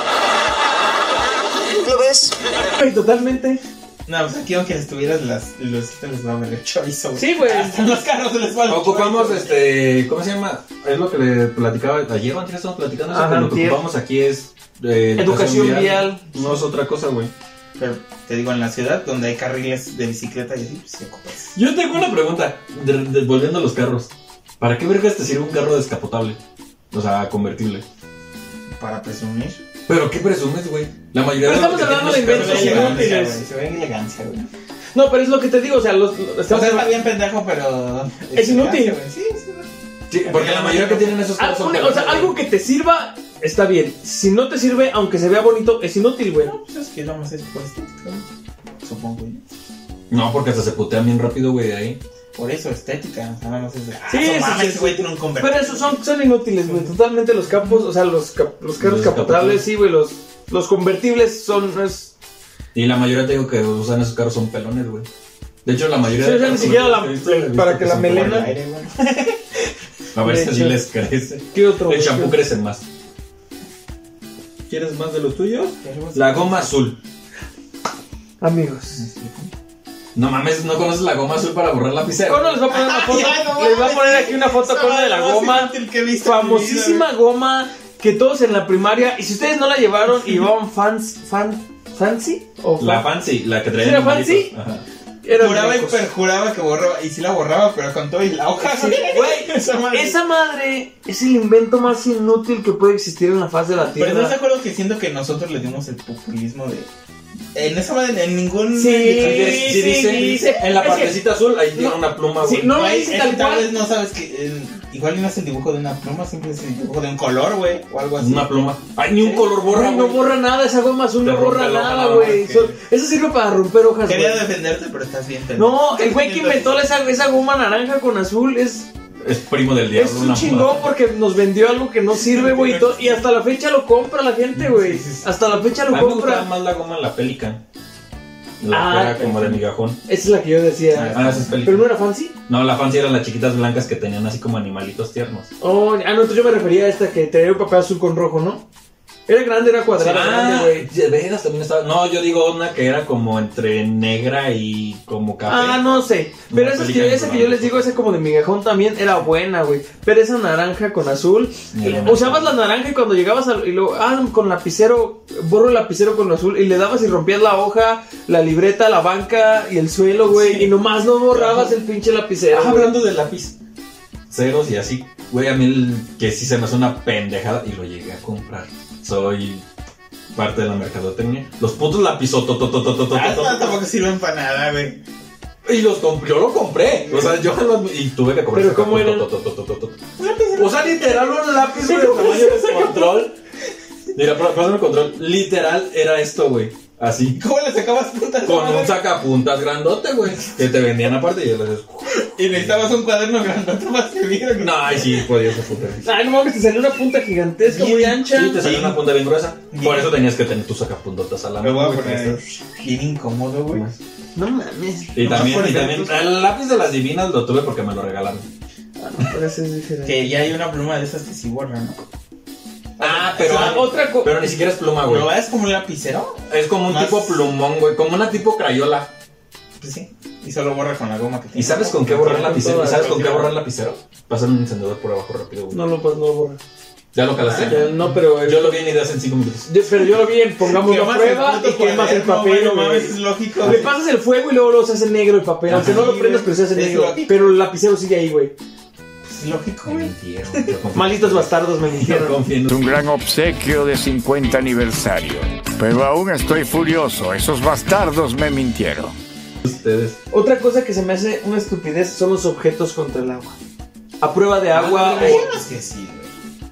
Speaker 6: ¿Lo ves?
Speaker 2: güey, totalmente.
Speaker 3: No, pues aquí aunque estuvieras las, los te les va a valer chorizo.
Speaker 2: Sí, güey.
Speaker 3: Hasta los carros les va a valer
Speaker 1: Ocupamos
Speaker 3: chorizo.
Speaker 1: este. ¿Cómo se llama? Es lo que le platicaba ayer o antes estamos platicando. eso,
Speaker 2: Ajá,
Speaker 1: pero lo que
Speaker 2: antier.
Speaker 1: ocupamos aquí es. eh,
Speaker 2: Educación vial.
Speaker 1: No es otra cosa, güey.
Speaker 3: Pero te digo, en la ciudad, donde hay carriles de bicicleta y así, pues sí ocupas.
Speaker 1: Yo tengo una pregunta. de- de- volviendo a los carros. ¿Para qué vergas te sirve un carro descapotable? O sea, convertible.
Speaker 3: Para presumir.
Speaker 1: ¿Pero qué presumes, güey? La mayoría los
Speaker 2: Pero estamos
Speaker 1: que
Speaker 2: hablando
Speaker 1: tienen
Speaker 2: de
Speaker 1: los
Speaker 3: Se ve
Speaker 1: carros
Speaker 2: inventos
Speaker 1: llegan-
Speaker 2: inútiles.
Speaker 3: elegancia, güey. Se ve elegancia, güey.
Speaker 2: No, pero es lo que te digo, o sea, los... los-
Speaker 3: O
Speaker 2: estamos
Speaker 3: sea, está
Speaker 2: hablando-
Speaker 3: bien pendejo, pero.
Speaker 2: Es inútil.
Speaker 3: elegancia, güey. Sí, sí.
Speaker 1: Sí, porque la mayoría que tienen esos carros
Speaker 2: Algo-
Speaker 1: son
Speaker 2: ah, o sea,
Speaker 1: carros,
Speaker 2: algo que te sirva está bien. Si no te sirve, aunque se vea bonito, es inútil, güey.
Speaker 3: No, pues es que lo más es por estética, ¿no? Supongo yo.
Speaker 1: No, porque hasta se putean bien rápido, güey, de ahí.
Speaker 3: Por eso, estética. O sea, nada más es de. ah,
Speaker 2: Sí,
Speaker 3: no
Speaker 2: sí,
Speaker 3: mames,
Speaker 2: sí,
Speaker 3: ese güey
Speaker 2: sí.
Speaker 3: tiene un
Speaker 2: Pero
Speaker 3: convertible.
Speaker 2: esos son, son inútiles, güey. Totalmente los capos, o sea, los, cap- los carros
Speaker 1: Los
Speaker 2: capotables,
Speaker 1: capotables.
Speaker 2: sí, güey. Los, los convertibles son. no es-
Speaker 1: Y la mayoría te digo que usan esos carros son pelones, güey. De hecho, la mayoría
Speaker 2: Sí, o sea,
Speaker 1: carros
Speaker 2: ni siquiera
Speaker 1: son-
Speaker 2: la-
Speaker 1: he visto- he visto
Speaker 2: para que la
Speaker 1: son
Speaker 2: melena-
Speaker 3: Por el
Speaker 1: pelones.
Speaker 3: aire, güey.
Speaker 1: A ver si
Speaker 2: De hecho.
Speaker 1: así les crece.
Speaker 2: ¿Qué otro?
Speaker 1: El
Speaker 2: güey?
Speaker 1: champú crece más. ¿Quieres más de los tuyos? La goma azul.
Speaker 2: Amigos.
Speaker 1: No mames, ¿no conoces la goma azul para borrar lapicero?
Speaker 2: Cono les va a poner una foto.
Speaker 3: Ay, no
Speaker 2: les va a
Speaker 3: mames.
Speaker 2: poner aquí una foto con la de la goma. Famosísima goma que todos en la primaria. Y si ustedes no la llevaron y llevaban fans. Fan, ¿Fancy? ¿O
Speaker 1: La
Speaker 2: fan-
Speaker 1: fancy, la que traía
Speaker 2: ¿Sí era
Speaker 1: los monitos.
Speaker 2: fancy?
Speaker 1: Ajá.
Speaker 2: eran
Speaker 3: Juraba y
Speaker 2: blancos.
Speaker 3: perjuraba que borraba. Y sí la borraba, pero con todo y la hoja.
Speaker 2: Sí, güey,
Speaker 3: esa madre.
Speaker 2: Esa madre es el invento más inútil que puede existir en la faz de la
Speaker 3: Pero estás de
Speaker 2: tierra.
Speaker 3: acuerdo que siento que nosotros le dimos el populismo de. En esa madre, en ningún.
Speaker 2: Sí,
Speaker 1: Sí,
Speaker 2: sí,
Speaker 1: dice,
Speaker 2: dice.
Speaker 1: en la
Speaker 2: Es que-
Speaker 1: partecita azul, ahí tiene
Speaker 2: No.
Speaker 1: una pluma,
Speaker 2: Sí,
Speaker 1: güey.
Speaker 2: no lo
Speaker 3: Güey,
Speaker 2: dice
Speaker 3: es
Speaker 2: tal
Speaker 3: que tal
Speaker 2: cual.
Speaker 3: vez no sabes que. eh, igual no es el dibujo de una pluma, siempre es el dibujo de un color, güey. O algo así.
Speaker 1: Una pluma. Ay, ni un color borra,
Speaker 2: Güey, no
Speaker 1: güey.
Speaker 2: borra nada, esa goma azul
Speaker 1: Te
Speaker 2: no
Speaker 1: rompe
Speaker 2: borra
Speaker 1: la hoja,
Speaker 2: nada,
Speaker 1: nada
Speaker 2: güey.
Speaker 3: más que-
Speaker 2: Son- Eso sirve para romper hojas,
Speaker 3: Quería
Speaker 2: güey.
Speaker 3: defenderte, pero estás bien. pendejo.
Speaker 2: No, el güey que inventó esa, esa goma naranja con azul es,
Speaker 1: Es primo del diablo.
Speaker 2: es un
Speaker 1: una
Speaker 2: chingón
Speaker 1: mamada.
Speaker 2: porque nos vendió algo que no sirve, güey. y to- Y hasta la fecha lo compra la gente, güey.
Speaker 3: Sí, sí, sí.
Speaker 2: Hasta la fecha
Speaker 1: A mí
Speaker 2: lo
Speaker 1: me gustaba
Speaker 2: compra.
Speaker 1: más la goma en la Pelican. La
Speaker 2: Ah,
Speaker 1: que era como de migajón.
Speaker 2: Esa es la que yo decía.
Speaker 1: Ah, esa es
Speaker 2: ¿Pero no
Speaker 1: Pelican.
Speaker 2: era fancy?
Speaker 1: No, la fancy eran las chiquitas blancas que tenían así como animalitos tiernos.
Speaker 2: Oh, ah, no, entonces yo me refería a esta que traía un papel azul con rojo, ¿no? Era grande, era cuadrada, grande,
Speaker 1: Ah,
Speaker 2: güey.
Speaker 1: de veras también estaba. No, yo digo una que era como entre negra y como café.
Speaker 2: Ah, no sé. Pero
Speaker 1: Una
Speaker 2: esa que,
Speaker 1: película
Speaker 2: esa que yo
Speaker 1: normal.
Speaker 2: les digo, esa como de migajón también era buena, güey. Pero esa naranja con azul.
Speaker 1: Ni la
Speaker 2: eh, Usabas la naranja y cuando llegabas al. Y luego, ah, con lapicero. Borro el lapicero con lo azul. Y le dabas y rompías la hoja, la libreta, la banca y el suelo, güey.
Speaker 1: Sí.
Speaker 2: Y nomás no borrabas el pinche lapicero.
Speaker 1: Ah,
Speaker 2: güey.
Speaker 1: hablando de lápiz ceros y así, güey, a mí el que sí se me hace una pendejada y lo llegué a comprar. Soy parte de la mercadotecnia. Los putos
Speaker 3: Ah, no,
Speaker 1: lapizototototototototot.
Speaker 3: tampoco sirven para nada, güey.
Speaker 1: Y los comp- yo lo compré. O sea, yo lo- y tuve que comprar.
Speaker 2: Pero ¿cómo eran?
Speaker 1: Totototototot. O sea, literal un lápiz güey, del tamaño de control. Mira, pero pásame el control. Literal era esto, güey. Así.
Speaker 3: ¿Cómo le sacabas putas?
Speaker 1: Con un sacapuntas grandote, güey. Que te vendían aparte y yo les
Speaker 3: Y necesitabas un cuaderno grandote para escribir.
Speaker 1: No, ay, sí, podía ser puta.
Speaker 2: Ay, no mames, te salió una punta gigantesca, muy ancha.
Speaker 1: Sí, te salió
Speaker 3: Sí.
Speaker 1: una punta bien gruesa.
Speaker 3: Bien.
Speaker 1: Por eso tenías que tener tus sacapuntotas a la
Speaker 3: Me
Speaker 1: mano.
Speaker 3: voy a
Speaker 1: güey,
Speaker 3: poner
Speaker 1: para
Speaker 3: bien incómodo, güey.
Speaker 2: No mames.
Speaker 1: Y
Speaker 3: No,
Speaker 1: también,
Speaker 3: por
Speaker 1: y también,
Speaker 3: ejemplo.
Speaker 1: el lápiz de las divinas lo tuve porque me lo regalaron.
Speaker 2: Ah, no, pero esa es diferente.
Speaker 3: Que ya hay una pluma de esas que sí borra, ¿no?
Speaker 1: Ah, pero,
Speaker 2: Ah, otra cosa.
Speaker 1: pero ni siquiera es pluma, Ah, güey.
Speaker 3: ¿Lo es como un lapicero?
Speaker 1: Es como un
Speaker 3: Más-
Speaker 1: tipo plumón, güey. Como una tipo crayola.
Speaker 3: Pues sí. Y solo borra con la goma que tiene.
Speaker 1: ¿Y sabes con qué borrar lapicero? ¿Y sabes con qué
Speaker 3: Todas.
Speaker 1: borrar lapicero? Pasar un encendedor por abajo rápido, güey.
Speaker 2: No lo pues, no lo borra.
Speaker 1: ¿Ya lo calaste?
Speaker 2: Ya, No, pero.
Speaker 1: Yo lo vi en ideas en 5 minutos.
Speaker 2: Yo- pero yo lo vi en pongamos la
Speaker 3: Quemas el
Speaker 2: prueba
Speaker 3: puto
Speaker 2: y quemas el
Speaker 3: cuaderno,
Speaker 2: papel,
Speaker 3: güey, No
Speaker 2: güey.
Speaker 3: mames, es lógico.
Speaker 2: Le pasas el fuego y luego lo se hace negro el papel. Aunque no lo
Speaker 3: Sí,
Speaker 2: prendas,
Speaker 3: güey.
Speaker 2: pero se hace
Speaker 3: Es
Speaker 2: negro.
Speaker 3: lógico.
Speaker 2: Pero el lapicero sigue ahí, güey.
Speaker 3: Es lógico,
Speaker 1: Me
Speaker 3: güey.
Speaker 1: mintieron. yo confío.
Speaker 2: Malitos bastardos me
Speaker 1: Yo
Speaker 2: dijeron.
Speaker 1: confío en
Speaker 8: Es un gran obsequio de 50 aniversario. Pero aún estoy furioso, esos bastardos me mintieron.
Speaker 1: ustedes.
Speaker 2: Otra cosa que se me hace una estupidez son los objetos contra el agua. A prueba de agua.
Speaker 1: Ah,
Speaker 3: Hay
Speaker 2: o-
Speaker 3: unas que sí, güey.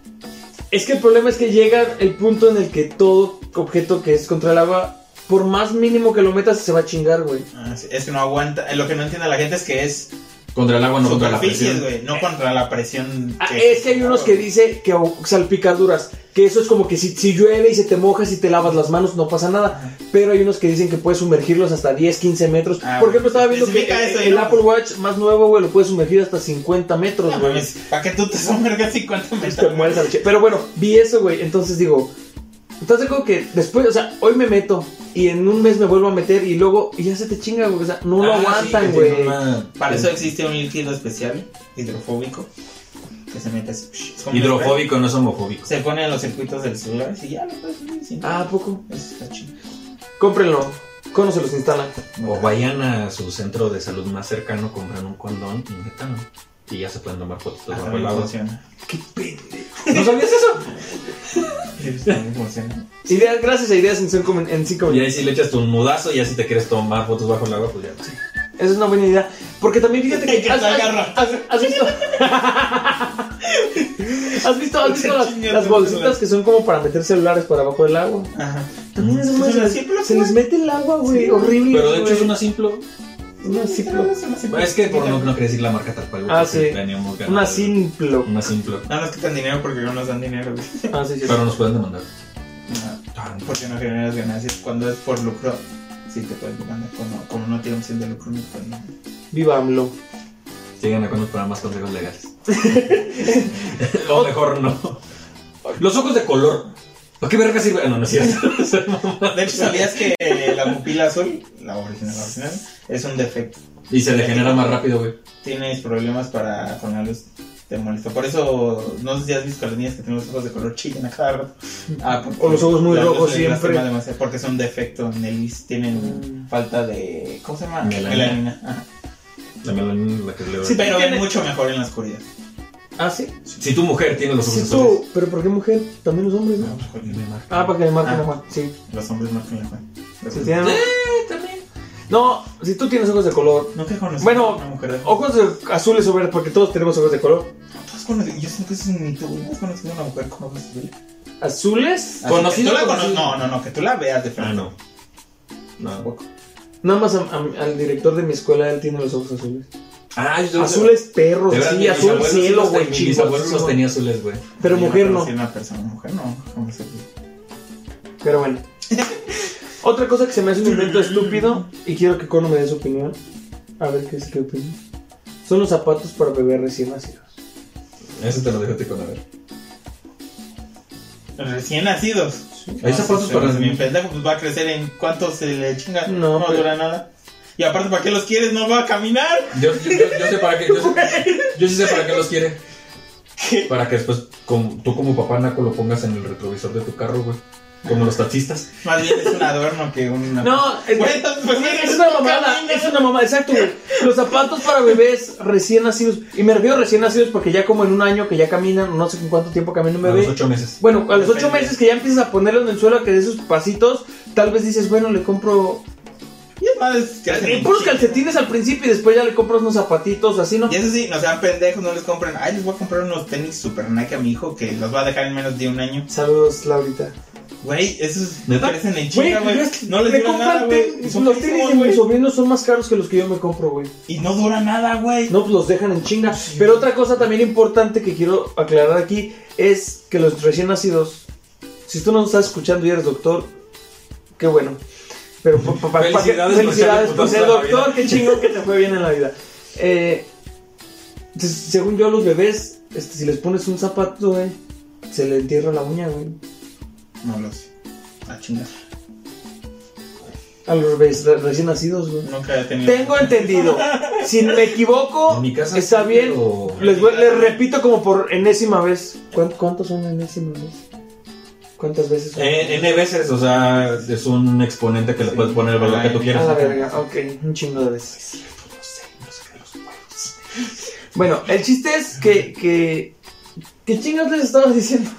Speaker 2: Es que el problema es que llega el punto en el que todo objeto que es contra el agua, por más mínimo que lo metas, se va a chingar, güey.
Speaker 3: Ah, sí, Es que no aguanta. Lo que no entiende la gente es que es
Speaker 1: Contra el agua, no contra la
Speaker 3: superficies,
Speaker 1: presión.
Speaker 3: güey. No contra la presión.
Speaker 2: Ah, es que hay unos que dice que au- salpicaduras, que eso es como que si, si llueve y se te mojas y te lavas las manos no pasa nada, pero hay unos que dicen que puedes sumergirlos hasta 10, 15 metros.
Speaker 3: Ah,
Speaker 2: Por
Speaker 3: bueno.
Speaker 2: ejemplo, estaba viendo que
Speaker 3: Especifica eso,
Speaker 2: el
Speaker 3: ¿no? Ah,
Speaker 2: Apple Watch más nuevo, güey, lo puedes sumergir hasta 50 metros, güey. Pues
Speaker 3: ¿Para que tú te sumergas 50
Speaker 2: Te
Speaker 3: metros?
Speaker 2: mueres al che- Pero bueno, vi eso, güey, entonces digo, entonces digo que después, o sea, hoy me meto y en un mes me vuelvo a meter y luego y ya se te chinga, güey, o sea, no lo
Speaker 1: Ah, sí,
Speaker 2: aguantan,
Speaker 1: que
Speaker 2: güey.
Speaker 1: tiene una-
Speaker 3: Para eso existe un líquido especial, hidrofóbico, que se mete así. psh, es como
Speaker 1: Hidrofóbico, no es homofóbico.
Speaker 3: un spray. Se pone en los circuitos del celular y ya lo puedes subir sin
Speaker 2: Ah, ¿a poco.
Speaker 3: Eso está chido.
Speaker 2: Cómprenlo. ¿Cómo se los instalan?
Speaker 1: O vayan a su centro de salud más cercano, compran un condón y métanlo. Y ya se pueden tomar fotos
Speaker 3: Ah,
Speaker 1: bajo el
Speaker 3: también
Speaker 1: agua.
Speaker 3: funciona.
Speaker 1: ¿No sabías eso?
Speaker 3: Eso también funciona.
Speaker 2: Ideas, gracias a ideas en cinco min- en cinco
Speaker 1: Y
Speaker 2: minutos.
Speaker 1: ahí si le echas tu mudazo y ya si te quieres tomar fotos bajo el agua, pues ya.
Speaker 2: Esa es una buena idea. Porque también fíjate que.
Speaker 3: Que
Speaker 2: has,
Speaker 3: salga
Speaker 2: has-
Speaker 3: ratas.
Speaker 2: has- has visto? ¿Has visto, has visto las,
Speaker 3: Chingas,
Speaker 2: las bolsitas
Speaker 3: chingas.
Speaker 2: que son como para meter celulares para abajo del agua?
Speaker 3: Ajá.
Speaker 2: También Mm. es más,
Speaker 3: Es una
Speaker 2: se,
Speaker 3: Ziploc,
Speaker 2: se les mete el agua, güey.
Speaker 3: Sí.
Speaker 2: horrible.
Speaker 1: Pero de hecho
Speaker 2: güey.
Speaker 1: es una simple.
Speaker 2: Una Ziploc.
Speaker 3: Es una simple-
Speaker 1: Es que por no, no quería decir la marca tal cual. güey,
Speaker 2: Ah,
Speaker 1: porque
Speaker 2: sí.
Speaker 1: teníamos ganas
Speaker 2: Una
Speaker 1: de-
Speaker 2: simplo.
Speaker 1: Una simple.
Speaker 3: No nos quitan dinero porque no nos dan dinero, güey.
Speaker 2: Ah, sí, sí.
Speaker 1: Pero nos pueden demandar.
Speaker 3: Ajá. Porque no generas ganancias. Cuando es por lucro, sí te pueden demandar. Cuando, como no tiene opción de lucro, no pueden demandar.
Speaker 2: Viva AMLO.
Speaker 1: Sigan a cuando para más consejos legales. o mejor no. Los ojos de color. ¿Para qué verga sirve? Ah, No, no es cierto. Soy mamá.
Speaker 3: De hecho, ¿sabías que la pupila azul, la original, la original, es un defecto?
Speaker 1: y se degenera más rápido, güey.
Speaker 3: Tienes problemas para con la luz, te molesta. Por eso, no sé si has visto a las niñas que tienen los ojos de color chillan a cada rato. Ah, porque
Speaker 2: O los ojos muy
Speaker 3: la luz
Speaker 2: rojos
Speaker 3: les
Speaker 2: siempre.
Speaker 3: lastima demasiado, porque es un defecto en el iris, tienen
Speaker 2: Mm.
Speaker 3: falta de... ¿Cómo se llama?
Speaker 1: Melanina.
Speaker 3: Ajá.
Speaker 1: La melanina es la que le
Speaker 2: Sí,
Speaker 3: Pero
Speaker 2: Tiene-
Speaker 3: es mucho mejor en la oscuridad.
Speaker 2: Ah, sí.
Speaker 1: Si tu mujer tiene los ojos
Speaker 2: Sí,
Speaker 1: azules.
Speaker 2: tú. Pero ¿por qué mujer? También los hombres, ¿no? Ah, pues. para que me marquen
Speaker 3: Ah.
Speaker 2: la mano. Sí.
Speaker 3: Los hombres marcan la Juan.
Speaker 2: Si
Speaker 1: ¿Eh?
Speaker 2: tienen- No, si tú tienes ojos de color.
Speaker 3: No que conocí
Speaker 2: Bueno,
Speaker 3: a una mujer de...
Speaker 2: Ojos de- azules o verdes, porque todos tenemos ojos de color.
Speaker 3: ¿Tú has conocido? Yo siento que eso es un mito, güey. ¿No ¿Has conocido a una mujer con ojos azules?
Speaker 2: ¿Azules?
Speaker 3: Así que
Speaker 1: ¿Conocido
Speaker 3: tú la
Speaker 1: o
Speaker 3: cono-
Speaker 1: conocido?
Speaker 3: No, no, no, que tú la veas de frente.
Speaker 1: Ah, no. No.
Speaker 3: Tampoco.
Speaker 2: Nada más a- a- al director de mi escuela, él tiene los ojos azules.
Speaker 1: Ah, yo
Speaker 2: Azules perros,
Speaker 1: De verdad,
Speaker 2: sí,
Speaker 1: mis
Speaker 2: azul
Speaker 1: abuelos sí
Speaker 2: cielo,
Speaker 1: los
Speaker 2: güey,
Speaker 1: ten- Mis abuelos los
Speaker 2: chingos.
Speaker 1: tenía azules, güey.
Speaker 2: Pero
Speaker 3: Yo no
Speaker 2: mujer no.
Speaker 3: conocí a una persona, mujer no. ¿Cómo se dice?
Speaker 2: Pero bueno. Otra cosa que se me hace un invento estúpido, y quiero que Cono me dé su opinión. A ver qué es qué opinión. Son los zapatos para bebés recién nacidos.
Speaker 1: Eso te lo dejo a ti con a ver.
Speaker 3: Recién nacidos.
Speaker 1: Hay zapatos
Speaker 3: sí,
Speaker 1: para
Speaker 3: pues,
Speaker 1: los
Speaker 3: mi
Speaker 1: niños.
Speaker 3: pendejo pues va a crecer en cuánto se le
Speaker 2: No,
Speaker 3: chinga.
Speaker 2: pues.
Speaker 3: No,
Speaker 2: pero-
Speaker 3: dura nada. Y aparte, ¿para qué los quieres? No va a caminar.
Speaker 1: Yo, yo- yo- yo sé para qué. Yo, sé- yo sí sé para qué los quiere.
Speaker 3: ¿Qué?
Speaker 1: Para que después como- tú como papá naco lo pongas en el retrovisor de tu carro, güey. Como los taxistas.
Speaker 3: Más bien es un adorno que una.
Speaker 2: No, es,
Speaker 3: Güey, entonces, pues,
Speaker 2: es-
Speaker 3: mira,
Speaker 2: es una
Speaker 3: no
Speaker 2: mamada,
Speaker 3: camina.
Speaker 2: es una mamada, exacto, güey. Los zapatos para bebés recién nacidos, y me refiero a recién nacidos porque ya como en un año que ya caminan, no sé con cuánto tiempo camina un
Speaker 1: A los
Speaker 2: bebé.
Speaker 1: ocho meses.
Speaker 2: Bueno, a los ocho
Speaker 3: Depende.
Speaker 2: meses que ya empiezas a ponerlo en el suelo a que dé sus pasitos, tal vez dices, bueno, le compro
Speaker 3: Y es más, es que hacen
Speaker 2: eh, puros
Speaker 3: un
Speaker 2: calcetines al principio y después ya le compras unos zapatitos, así, ¿no?
Speaker 3: Y eso sí, no sean pendejos, no les compren. Ay, les voy a comprar unos tenis super Nike a mi hijo que los va a dejar en menos de un año.
Speaker 2: Saludos, Laurita.
Speaker 3: Güey, esos
Speaker 1: ¿Neta?
Speaker 3: crecen
Speaker 2: Güey,
Speaker 3: en chinga, güey.
Speaker 2: es que
Speaker 3: No les
Speaker 2: me
Speaker 3: dura
Speaker 2: compran
Speaker 3: nada, güey.
Speaker 2: ten-
Speaker 3: Y son
Speaker 2: Los tenis
Speaker 3: carísimos,
Speaker 2: de mis
Speaker 3: güey.
Speaker 2: sobrinos son más caros que los que yo me compro, güey.
Speaker 3: Y no dura nada, güey.
Speaker 2: No, pues los dejan en chinga. Pero otra cosa también importante que quiero aclarar aquí es que los recién nacidos, si tú nos estás escuchando y eres doctor, qué bueno. Pero pa- pa- pa- pa-
Speaker 1: Felicidades por ser
Speaker 2: felicidades por
Speaker 1: putazo
Speaker 2: ser
Speaker 1: en la
Speaker 2: doctor,
Speaker 1: vida.
Speaker 2: qué chingo que te fue bien en la vida. Eh, se- según yo, los bebés, este, si les pones un zapato, güey, se le entierra la uña, güey.
Speaker 3: No lo sé. A chingar.
Speaker 2: A los bebés re- recién nacidos, güey.
Speaker 3: Nunca he tenido.
Speaker 2: Tengo entendido. Si me equivoco,
Speaker 1: En mi casa
Speaker 2: está
Speaker 1: sí,
Speaker 2: bien.
Speaker 1: pero-
Speaker 2: Les, voy- les repito como por enésima vez. ¿Cuán- ¿Cuántos son enésima vez? ¿Cuántas veces? son?
Speaker 1: Eh, N veces, o sea, es un exponente que le puedes poner el valor que tú
Speaker 2: a
Speaker 1: quieras.
Speaker 2: la verga, ok, un chingo de veces. Bueno, el chiste es que, que, ¿qué chingas les estaba diciendo?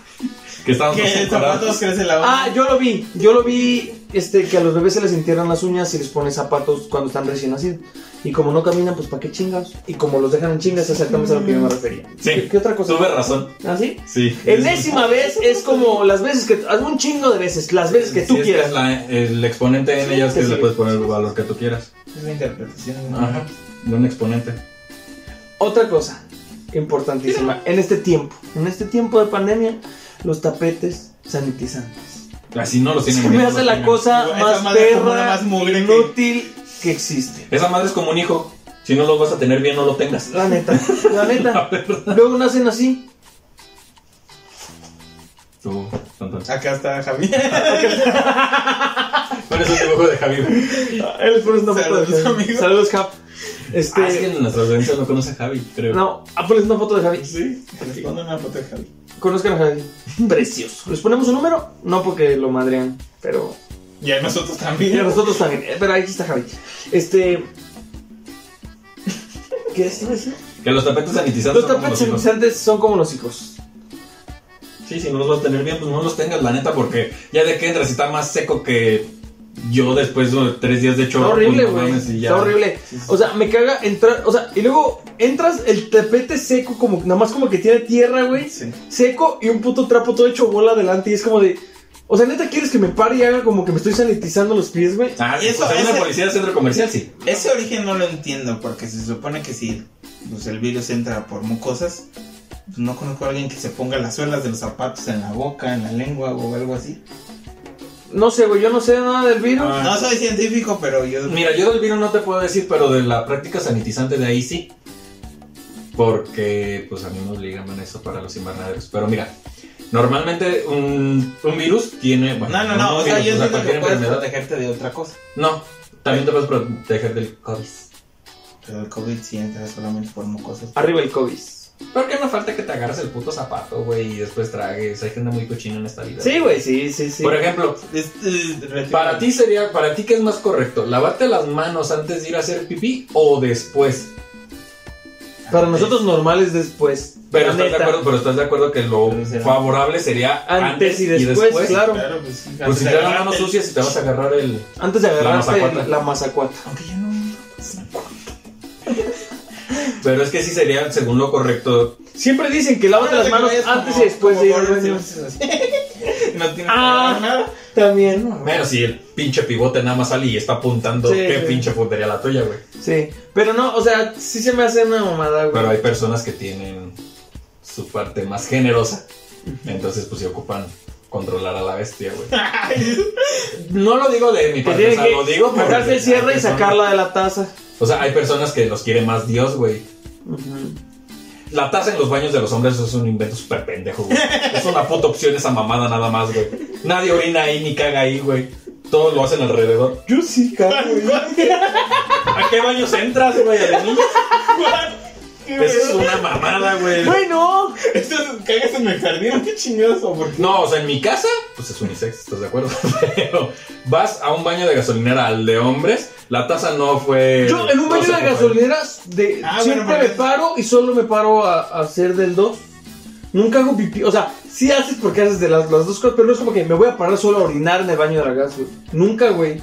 Speaker 1: Que estamos
Speaker 3: Que el zapato
Speaker 1: separados.
Speaker 3: crece la
Speaker 2: Ah, yo lo vi, yo lo vi, este, que a los bebés se les entierran las uñas y les ponen zapatos cuando están recién nacidos. Y como no caminan, pues ¿para qué chingas? Y como los dejan en chingas, es exactamente a lo que yo me refería.
Speaker 1: Sí.
Speaker 2: ¿Qué, qué otra cosa?
Speaker 1: Tuve razón.
Speaker 2: ¿Ah, sí?
Speaker 1: Sí.
Speaker 2: Enésima vez es como las veces que. Un chingo de veces, las veces que tú
Speaker 1: Sí, es
Speaker 2: quieras.
Speaker 1: Es la- el exponente N ya es
Speaker 2: Sí,
Speaker 1: que
Speaker 2: sí.
Speaker 1: le puedes poner el valor que tú quieras.
Speaker 3: Es la interpretación.
Speaker 1: Ajá. De un exponente.
Speaker 2: Otra cosa importantísima en este tiempo, en este tiempo de pandemia, los tapetes sanitizantes.
Speaker 1: Así no lo tienen.
Speaker 2: Se me
Speaker 1: bien,
Speaker 2: hace
Speaker 1: no
Speaker 2: la
Speaker 1: tienen.
Speaker 2: cosa
Speaker 3: Esa
Speaker 2: más
Speaker 3: madre acumula
Speaker 2: perra,
Speaker 3: más mugre que-
Speaker 2: inútil que existe.
Speaker 1: Esa madre es como un hijo. Si no lo vas a tener bien, no lo tengas.
Speaker 2: La neta, la neta. Luego nacen así.
Speaker 1: Tú, tonto.
Speaker 3: Acá está Javier.
Speaker 1: Bueno, es un dibujo de Javi.
Speaker 2: Él les pone un foto de
Speaker 3: Saludos,
Speaker 2: Javi.
Speaker 3: amigo.
Speaker 2: Saludos, Cap. Este,
Speaker 1: Ah, es que en nuestra audiencia no conoce a Javi, creo.
Speaker 2: no, ah, ponles una foto de Javi.
Speaker 3: Sí. Les pongo una foto de Javier.
Speaker 2: Conozcan a Javi. Precioso. Les ponemos un número, no porque lo madrean, pero
Speaker 3: Y a nosotros
Speaker 2: Y a
Speaker 3: también.
Speaker 2: nosotros también. Eh, Pero ahí está Javi. Este. ¿Qué es eso?
Speaker 1: Que los tapetes sanitizantes
Speaker 2: Los
Speaker 1: son como
Speaker 2: tapetes
Speaker 1: los hijos.
Speaker 2: sanitizantes son como los hijos.
Speaker 1: Sí, si no los vas a tener bien, pues no los tengas, la neta, porque ya de que entras, está más seco que yo después de tres días de
Speaker 2: Está
Speaker 1: chorro.
Speaker 2: horrible,
Speaker 1: pues, no
Speaker 2: güey.
Speaker 1: mames, y ya.
Speaker 2: Está horrible. O sea, me caga entrar. O sea, y luego entras el tapete seco, como nada más como que tiene tierra, güey.
Speaker 3: Sí.
Speaker 2: Seco y un puto trapo todo hecho bola adelante. Y es como de. O sea, neta, ¿quieres que me pare y haga como que me estoy sanitizando los pies, güey?
Speaker 1: Ah,
Speaker 3: Y
Speaker 1: eso,
Speaker 3: eso-
Speaker 1: pues, en una
Speaker 3: ese-
Speaker 1: policía de centro comercial, sí.
Speaker 3: Ese origen no lo entiendo porque se supone que si pues, el virus entra por mucosas, pues, no conozco a alguien que se ponga las suelas de los zapatos en la boca, en la lengua o algo así.
Speaker 2: No sé, güey. Yo no sé nada del virus.
Speaker 1: Ah.
Speaker 3: No soy científico, pero yo...
Speaker 1: Mira, yo del virus no te puedo decir, pero de la práctica sanitizante de ahí sí. Porque, pues a mí me obligan a eso para los invernaderos. Pero mira, normalmente un, un virus tiene. bueno,
Speaker 3: No, no, no, o sea,
Speaker 1: virus,
Speaker 3: yo entiendo
Speaker 1: pues, cualquier
Speaker 3: que puedes
Speaker 1: enfermedad.
Speaker 3: protegerte de otra cosa.
Speaker 1: No, también te puedes proteger del COVID.
Speaker 3: Pero el COVID sí entra solamente por mucosas.
Speaker 2: Arriba el COVID.
Speaker 1: Porque no falta que te agarres el puto zapato, güey, y después tragues. Hay gente muy cochina en esta vida.
Speaker 2: Sí, güey. Sí, sí, sí.
Speaker 1: Por ejemplo,
Speaker 3: Es- es retiro-
Speaker 1: para ti sería, para ti qué es más correcto, lavarte las manos antes de ir a hacer pipí o después.
Speaker 2: Para nosotros normales después.
Speaker 1: Pero
Speaker 2: La
Speaker 1: estás, de
Speaker 2: neta.
Speaker 1: acuerdo, pero estás de acuerdo que lo
Speaker 3: Pero será-
Speaker 1: favorable sería
Speaker 2: Antes, y, después, claro.
Speaker 3: Claro, pues, sí,
Speaker 1: Pues si te
Speaker 3: antes de
Speaker 1: das las manos
Speaker 3: agarrarte el-
Speaker 1: sucias y te vas a agarrar el.
Speaker 2: Antes de
Speaker 1: La
Speaker 2: agarrarte
Speaker 1: mazacuata.
Speaker 2: el- la mazacuata.
Speaker 3: Aunque yo no...
Speaker 1: Pero es que sí sería según lo correcto.
Speaker 2: Siempre dicen que lávate las
Speaker 3: Bueno,
Speaker 2: manos
Speaker 3: que vayas
Speaker 2: antes
Speaker 3: como-
Speaker 2: y después de ir
Speaker 3: como
Speaker 2: al baño.
Speaker 3: Gordon Ramsay, así. No tiene
Speaker 2: Ah.
Speaker 3: que nada.
Speaker 2: También.
Speaker 1: Bueno, si el pinche pivote nada más sale y está apuntando
Speaker 2: Sí,
Speaker 1: qué
Speaker 2: sí.
Speaker 1: pinche puntería la tuya, güey.
Speaker 2: Sí. Pero no, o sea, sí se me hace una mamada, güey.
Speaker 1: Pero hay personas que tienen su parte más generosa. Entonces, pues se ocupan controlar a la bestia, güey. No lo digo de mi
Speaker 2: Que
Speaker 1: parte, o
Speaker 2: tienen
Speaker 1: sea, lo
Speaker 2: que
Speaker 1: digo porque
Speaker 2: bajarse
Speaker 1: hay
Speaker 2: el cierre y
Speaker 1: personas-
Speaker 2: sacarla de la taza.
Speaker 1: O sea, hay personas que los quiere más Dios, güey. La taza en los baños de los hombres es un invento súper pendejo, güey. Es una puta opción esa mamada nada más, güey. Nadie orina ahí ni caga ahí, güey. Todos lo hacen alrededor.
Speaker 2: Yo sí cago.
Speaker 1: ¿A qué baños entras, güey? ¿A de niños? Eso es una mamada, güey.
Speaker 2: Bueno,
Speaker 3: Esto es, cagas en el jardín, qué chingoso, porque
Speaker 1: No, o sea, en mi casa, pues es unisex, ¿estás de acuerdo? Pero vas a un baño de gasolinera al de hombres, la taza no fue.
Speaker 2: yo en un baño
Speaker 1: no
Speaker 2: de
Speaker 1: se fue.
Speaker 2: gasolineras de,
Speaker 3: Ah,
Speaker 2: siempre
Speaker 3: bueno, porque-
Speaker 2: me paro y solo me paro a, a hacer del 2. Nunca hago pipí. O sea, sí haces porque haces de las, las dos cosas, pero no es como que me voy a parar solo a orinar en el baño de la gas, güey. Nunca, güey.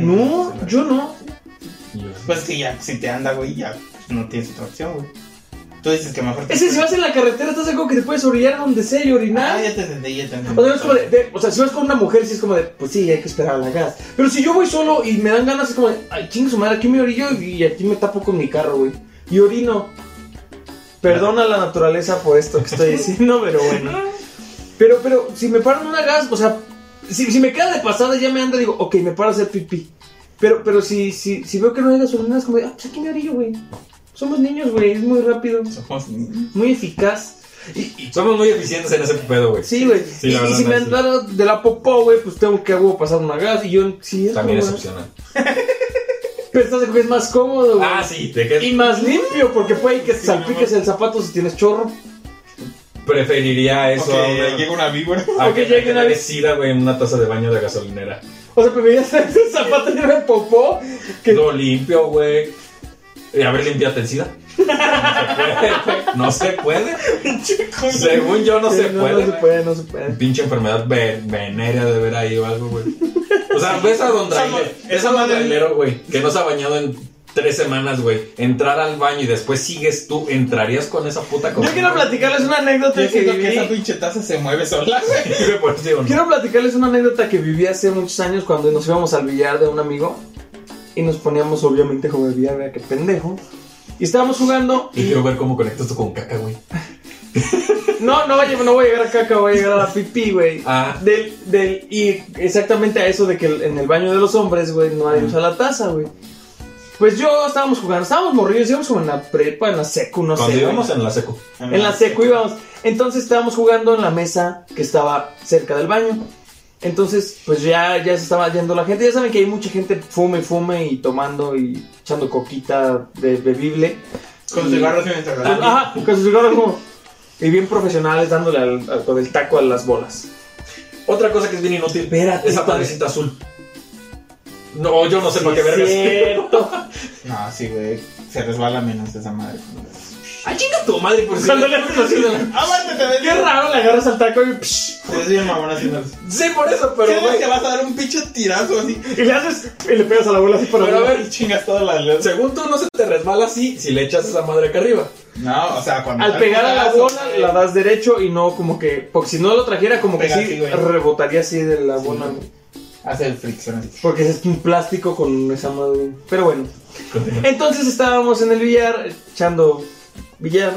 Speaker 2: No, yo no.
Speaker 1: Ah, Y yo,
Speaker 3: Pues que ya, si te anda, güey, ya pues, no tienes otra opción, güey. Tú dices que mejor te.
Speaker 2: Es que si vas en la carretera, estás algo que te puedes orillar donde sea y orinar.
Speaker 3: Ah, ya te entendí, ya te entendí.
Speaker 2: O sea, es como de- de- o sea, si vas con una mujer, sí es como de, pues sí, hay que esperar a la gas. Pero si yo voy solo y me dan ganas, es como de, ay, chingue su madre, aquí me orillo y aquí me tapo con mi carro, güey. Y orino. Perdona la naturaleza por esto que estoy diciendo, pero bueno. Pero, pero, si me paran una gas, o sea, si, si me queda de pasada, ya me anda, digo, ok, me paro a hacer pipí. Pero, pero si, si, si veo que no hay gasolina, es como de, ah, pues aquí me orillo, güey. Somos niños, güey, es muy rápido,
Speaker 3: Somos-
Speaker 2: muy eficaz. Y-
Speaker 1: Somos muy eficientes en ese pedo, güey.
Speaker 2: Sí, güey.
Speaker 1: Sí,
Speaker 2: y,
Speaker 1: la
Speaker 2: y
Speaker 1: verdad,
Speaker 2: si me
Speaker 1: sí.
Speaker 2: han dado de la popó, güey, pues tengo que a huevo pasar una gas y yo sí.
Speaker 1: También es
Speaker 2: güey.
Speaker 1: opcional.
Speaker 2: Pero estás de que es más cómodo, güey.
Speaker 1: Ah, sí, te quedas.
Speaker 2: Y más limpio, porque puede que
Speaker 3: Sí,
Speaker 2: salpiques el zapato si tienes chorro.
Speaker 1: Preferiría eso
Speaker 3: Ok,
Speaker 1: a una.
Speaker 3: llega una víbora.
Speaker 1: A
Speaker 2: Ok,
Speaker 1: que
Speaker 2: llegue
Speaker 1: llegue
Speaker 2: una
Speaker 1: una
Speaker 2: vez.
Speaker 1: sida, güey, en una taza de baño de gasolinera.
Speaker 2: O sea, preferirías tener el zapato lleno de popó que.
Speaker 1: Lo limpio, güey. Eh, A ver, limpiate el sida. No se puede, güey. No se puede. Según yo, no
Speaker 2: que
Speaker 1: se
Speaker 2: No,
Speaker 1: puede.
Speaker 2: se
Speaker 1: güey.
Speaker 2: puede, no se puede.
Speaker 1: Pinche enfermedad ve- venérea de ver ahí o algo, güey. O sea, ves a don
Speaker 3: Esa ma-
Speaker 1: Drailero,
Speaker 3: esa
Speaker 1: ves a don
Speaker 3: madre-
Speaker 1: Drailero, güey, que no se ha bañado en tres semanas, güey. Entrar al baño y después sigues tú, entrarías con esa puta cosa.
Speaker 2: Yo quiero platicarles una anécdota
Speaker 3: Yo
Speaker 2: que
Speaker 3: siento que
Speaker 2: viví.
Speaker 3: esa pinche taza se mueve sola, güey.
Speaker 1: Por eso digo, no.
Speaker 2: Quiero platicarles una anécdota que viví hace muchos años cuando nos íbamos al billar de un amigo y nos poníamos obviamente como de billar, vea qué pendejo. Y estábamos jugando
Speaker 1: Y quiero ver cómo conectas tú con caca, güey.
Speaker 2: No, no, oye, no voy a llegar a caca, voy a llegar a la pipí, güey.
Speaker 1: Ah.
Speaker 2: Del, del, y exactamente a eso de que en el baño de los hombres, güey, no hay usa la taza, güey. Pues yo estábamos jugando, estábamos morridos, íbamos como en la prepa, en la secu, no
Speaker 1: Cuando
Speaker 2: sé. güey.
Speaker 1: íbamos en la seco.
Speaker 2: En la secu íbamos. Entonces estábamos jugando en la mesa que estaba cerca del baño. Entonces, pues ya, ya se estaba yendo la gente. Ya saben que hay mucha gente fume, fume y tomando y echando coquita de bebible.
Speaker 3: Con
Speaker 2: Y-
Speaker 3: cigarros y mientras
Speaker 2: Ah, Ajá, con sus cigarros como- Y bien profesionales dándole al- al- con el taco a las bolas.
Speaker 1: Otra cosa que es bien inútil.
Speaker 2: Espérate,
Speaker 1: Esa
Speaker 2: padre.
Speaker 1: padrecita azul. No, yo no sé para qué vergas.
Speaker 2: Cierto.
Speaker 3: No, sí, güey. Se resbala menos esa madre.
Speaker 1: Ay, Ah, chinga tu madre, por si.
Speaker 2: Cuando le haces así, ¿no?
Speaker 3: ¡Aguántate, te
Speaker 2: Qué raro le agarras al taco y, psh,
Speaker 3: Te ves bien mamón haciéndolo.
Speaker 1: Sí, por eso, pero,
Speaker 3: Pero
Speaker 1: güey.
Speaker 3: te vas a dar un pinche tirazo así.
Speaker 2: y le haces y le pegas a la bola así para
Speaker 1: Pero a
Speaker 2: arriba.
Speaker 1: ver,
Speaker 3: Y chingas todas las letras.
Speaker 1: Según tú, no se te resbala así si le echas esa madre acá arriba.
Speaker 3: No, o sea, cuando.
Speaker 2: Al
Speaker 3: das
Speaker 2: pegar a la
Speaker 3: tirazo,
Speaker 2: bola
Speaker 3: güey.
Speaker 2: la das derecho y no como que, porque si no lo trajera como que
Speaker 3: Pega
Speaker 2: sí
Speaker 3: así, güey.
Speaker 2: rebotaría así de la bola, güey.
Speaker 3: Hace el fricción así.
Speaker 2: porque es un plástico con esa madre. Pero bueno, entonces estábamos en el billar echando billar.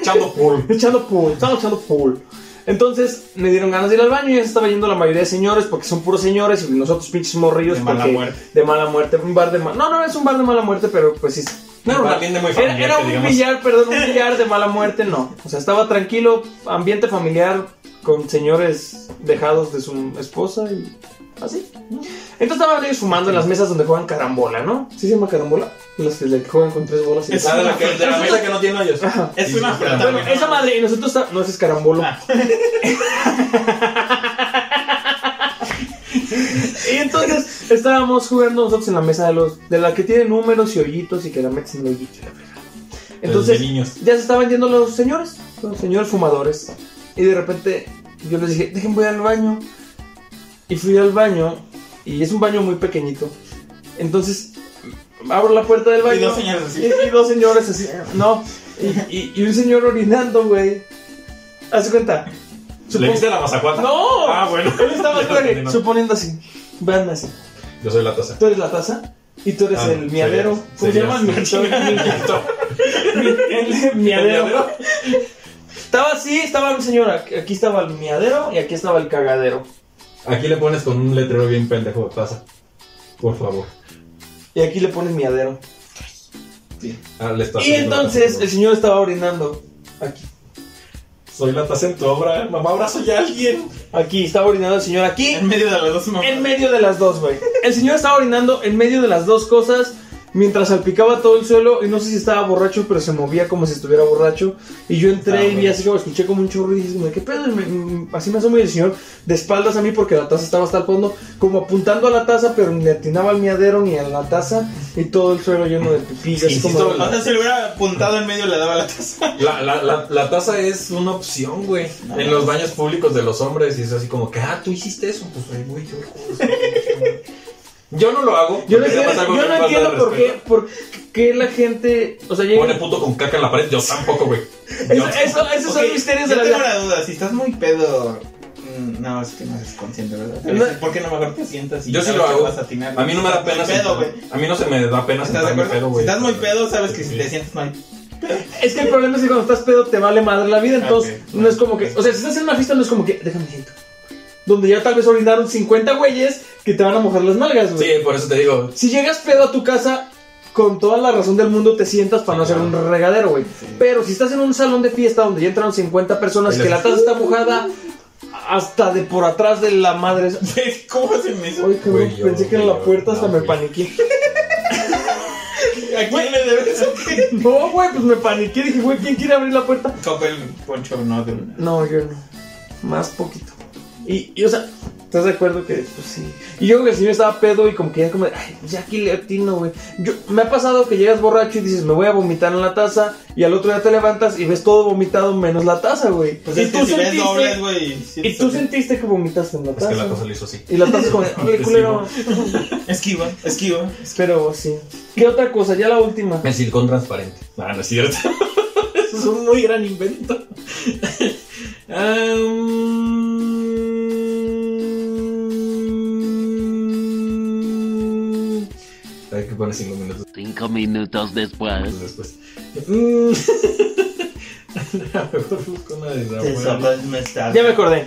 Speaker 1: Echando pool.
Speaker 2: Echando pool, estamos echando pool. Entonces me dieron ganas de ir al baño y ya se estaba yendo la mayoría de señores porque son puros señores y nosotros pinches morrillos
Speaker 3: De mala
Speaker 2: porque-
Speaker 3: muerte.
Speaker 2: de mala muerte, un bar de mala no no es un bar de mala muerte pero pues sí es-
Speaker 1: No era un ambiente muy familiar,
Speaker 2: era, era
Speaker 1: que
Speaker 2: un
Speaker 1: digamos.
Speaker 2: billar perdón un billar de mala muerte no o sea estaba tranquilo ambiente familiar con señores dejados de su esposa y así entonces estaban ellos fumando en las mesas donde juegan carambola no sí se llama carambola las que, la que juegan con tres bolas y
Speaker 3: Es
Speaker 1: Ah, de la, que, de la mesa que no tiene hoyos.
Speaker 3: Es
Speaker 1: Sí,
Speaker 3: una
Speaker 1: sí,
Speaker 3: fruta,
Speaker 1: claro.
Speaker 2: bueno, esa madre, y nosotros está- No, ese es carambolo. y entonces estábamos jugando nosotros en la mesa de los. De la que tiene números y hoyitos y que la metes en el hoyito. y la fregada. Entonces,
Speaker 1: de niños.
Speaker 2: ya se estaban yendo los señores, los señores fumadores. Y de repente yo les dije, dejen voy al baño. Y fui al baño, y es un baño muy pequeñito. Entonces, abro la puerta del baño.
Speaker 3: Y dos señores así.
Speaker 1: eh,
Speaker 2: Y, y dos señores así. No. Y, y- y un señor orinando, güey. Haz de cuenta.
Speaker 1: ¿Le viste la mazacuata?
Speaker 2: ¡No!
Speaker 1: Ah, bueno.
Speaker 2: Él estaba
Speaker 1: Yo
Speaker 2: güey,
Speaker 1: no.
Speaker 2: suponiendo así. Vean así.
Speaker 1: Yo soy la taza.
Speaker 2: Tú eres la taza y tú eres
Speaker 1: Ah,
Speaker 2: el miadero.
Speaker 1: serías-
Speaker 2: ¿Cómo se
Speaker 1: serías-
Speaker 2: llama? Mi- mi- El miadero. Estaba así, estaba un señor. Aquí aquí estaba el miadero y aquí estaba el cagadero.
Speaker 1: Aquí le pones con un letrero bien pendejo, taza. Por favor.
Speaker 2: Y aquí le pones miadero.
Speaker 3: Sí.
Speaker 1: Ah, le estás
Speaker 2: Y
Speaker 1: haciendo
Speaker 2: entonces
Speaker 1: la
Speaker 2: el
Speaker 1: taza en tu
Speaker 2: señor estaba orinando. Aquí.
Speaker 1: obra. Soy la taza en tu obra, mamá, abrazo ya a alguien.
Speaker 2: Aquí. Estaba orinando el señor aquí.
Speaker 3: En medio de las dos mamás.
Speaker 2: En medio de las dos, güey. El señor estaba orinando en medio de las dos cosas. Mientras salpicaba todo el suelo. Y no sé si estaba borracho, pero se movía como si estuviera borracho. Y yo entré
Speaker 3: Ah,
Speaker 2: y vi
Speaker 3: bueno.
Speaker 2: así como escuché como un chorro y dije, como, ¿qué pedo? Y me- mm, así me asomó y el señor de espaldas a mí porque la taza estaba hasta el fondo. Como apuntando a la taza, pero ni le atinaba al miadero ni a la taza. Y todo el suelo lleno de pipí. así como-
Speaker 1: Insisto,
Speaker 3: O sea, si le hubiera apuntado en medio, le daba la taza.
Speaker 1: La, la, la, la taza es una opción, güey. En los baños públicos de los hombres, y es así como que, ah, tú hiciste eso. Pues, ay, güey, yo Yo no lo hago.
Speaker 2: Yo no
Speaker 1: porque
Speaker 2: entiendo,
Speaker 1: además algo
Speaker 2: yo
Speaker 1: que
Speaker 2: no
Speaker 1: me falta de
Speaker 2: entiendo por qué,
Speaker 1: respeto.
Speaker 2: por qué la gente. O sea, llega.
Speaker 1: Pone puto con caca en la pared, yo tampoco, güey.
Speaker 2: Eso,
Speaker 1: Yo-
Speaker 2: eso- esos
Speaker 3: Ok,
Speaker 2: son misterios
Speaker 3: yo
Speaker 2: de la
Speaker 3: tengo
Speaker 2: vida.
Speaker 3: una duda, si estás muy pedo. mm, No, es que no eres consciente, ¿verdad? Pero
Speaker 2: No.
Speaker 3: sí, ¿Por qué no mejor te sientas y
Speaker 1: Yo sí
Speaker 3: sabes
Speaker 1: lo
Speaker 3: que
Speaker 1: hago.
Speaker 3: vas a atinar?
Speaker 1: A mí no me da pena
Speaker 3: Muy pedo,
Speaker 1: sentarme.
Speaker 3: güey.
Speaker 1: A mí no se me da pena
Speaker 3: ¿Estás de
Speaker 1: sentarme
Speaker 3: acuerdo?
Speaker 1: pedo, güey.
Speaker 3: si estás muy pedo, sabes que si te sientes mal.
Speaker 2: Es que el problema es que cuando estás pedo te vale madre la
Speaker 1: Ah,
Speaker 2: vida, entonces
Speaker 3: Ok.
Speaker 2: no es como que. O sea, si estás en una fiesta, no es como que. Déjame siento. Donde ya tal vez orinaron 50 güeyes que te van a mojar las nalgas,
Speaker 1: Sí,
Speaker 2: güey.
Speaker 1: por eso te digo.
Speaker 2: Si llegas pedo a tu casa, con toda la razón del mundo te sientas para no hacer un regadero, güey. Pero si estás en un salón de fiesta donde ya entraron 50 personas,
Speaker 1: Y
Speaker 2: que
Speaker 1: les-
Speaker 2: la taza está mojada hasta de por atrás de la madre. esa-
Speaker 3: Güey, ¿Cómo se me hizo?
Speaker 2: Ay, cabrón,
Speaker 1: Güey, yo-
Speaker 2: pensé que era
Speaker 1: yo-
Speaker 2: la puerta, hasta
Speaker 1: no,
Speaker 2: me
Speaker 1: güey.
Speaker 2: paniqué.
Speaker 3: ¿A quién le debes o qué?
Speaker 2: No, güey, pues me paniqué. Dije, güey, ¿quién quiere abrir la puerta?
Speaker 3: Copa el poncho, no de una.
Speaker 2: No, yo no. Más poquito. Y, y, o sea, ¿estás de acuerdo que pues sí? Y yo creo que el señor estaba pedo y como que ya como, de, ay, pues ya aquí le atino, güey. Yo, me ha pasado que llegas borracho y dices, me voy a vomitar en la taza. Y al otro día te levantas y ves todo vomitado menos la taza, güey.
Speaker 3: Pues
Speaker 2: y
Speaker 3: es que si ves dobles, güey. sí
Speaker 2: y tú
Speaker 3: te-
Speaker 2: sentiste que vomitaste en la
Speaker 1: Es
Speaker 2: taza.
Speaker 1: que la taza lo hizo así.
Speaker 2: Y la taza es como, de, "Ay, culero.
Speaker 3: Esquiva, esquiva.
Speaker 2: Pero sí. ¿Qué otra cosa? Ya la última.
Speaker 1: El silicón transparente. Ah, no es cierto.
Speaker 2: Eso es un muy gran invento.
Speaker 1: Am. Hay que poner cinco minutos
Speaker 9: Cinco minutos después.
Speaker 1: después. Mm. Mejor busco una de la abuela.
Speaker 2: Ya me acordé.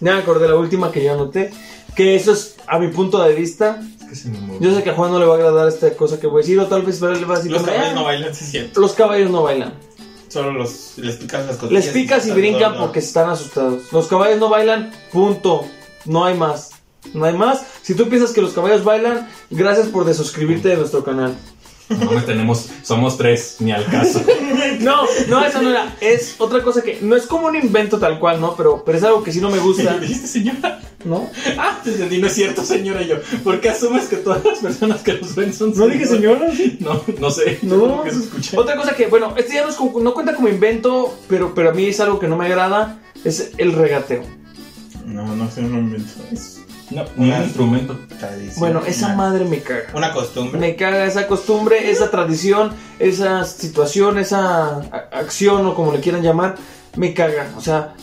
Speaker 2: Ya me acordé la última que yo anoté. Que eso es a mi punto de vista.
Speaker 1: Es que se me movió.
Speaker 2: Yo sé que a Juan no le va a agradar esta cosa que voy a decir. O tal vez le va a decir
Speaker 3: Los
Speaker 2: como,
Speaker 3: caballos
Speaker 2: "Ah,
Speaker 3: no bailan, sí es cierto.
Speaker 2: Los caballos no bailan.
Speaker 3: Solo los, les picas las costillas.
Speaker 2: Les picas y
Speaker 3: saltan
Speaker 2: brincan
Speaker 3: todo, ¿no?
Speaker 2: porque están asustados. Los caballos no bailan. Punto. No hay más. No hay más. Si tú piensas que los caballos bailan, gracias por desuscribirte de nuestro canal.
Speaker 1: No me tenemos, somos tres, ni al caso.
Speaker 2: No, no, esa no era. Es otra cosa que no es como un invento tal cual, ¿no? Pero, pero es algo que sí no me gusta,
Speaker 1: dijiste, señora?
Speaker 2: ¿no?
Speaker 1: Ah, te entendí, no es cierto, señora. Y yo, ¿por qué asumes que todas las personas que nos ven son
Speaker 2: ¿No dije señora?
Speaker 1: No, no sé.
Speaker 2: No.
Speaker 1: Como que se escucha.
Speaker 2: Otra cosa que, bueno, este ya no, es como- no cuenta como invento, pero, pero a mí es algo que no me agrada, es el regateo.
Speaker 3: No, no es un invento. Es
Speaker 1: No, un instrumento.
Speaker 3: tradición.
Speaker 2: Bueno, esa
Speaker 3: Una-
Speaker 2: madre me caga.
Speaker 3: Una costumbre.
Speaker 2: Me caga esa costumbre, esa tradición, esa situación, esa a- acción o como le quieran llamar, me caga. O sea,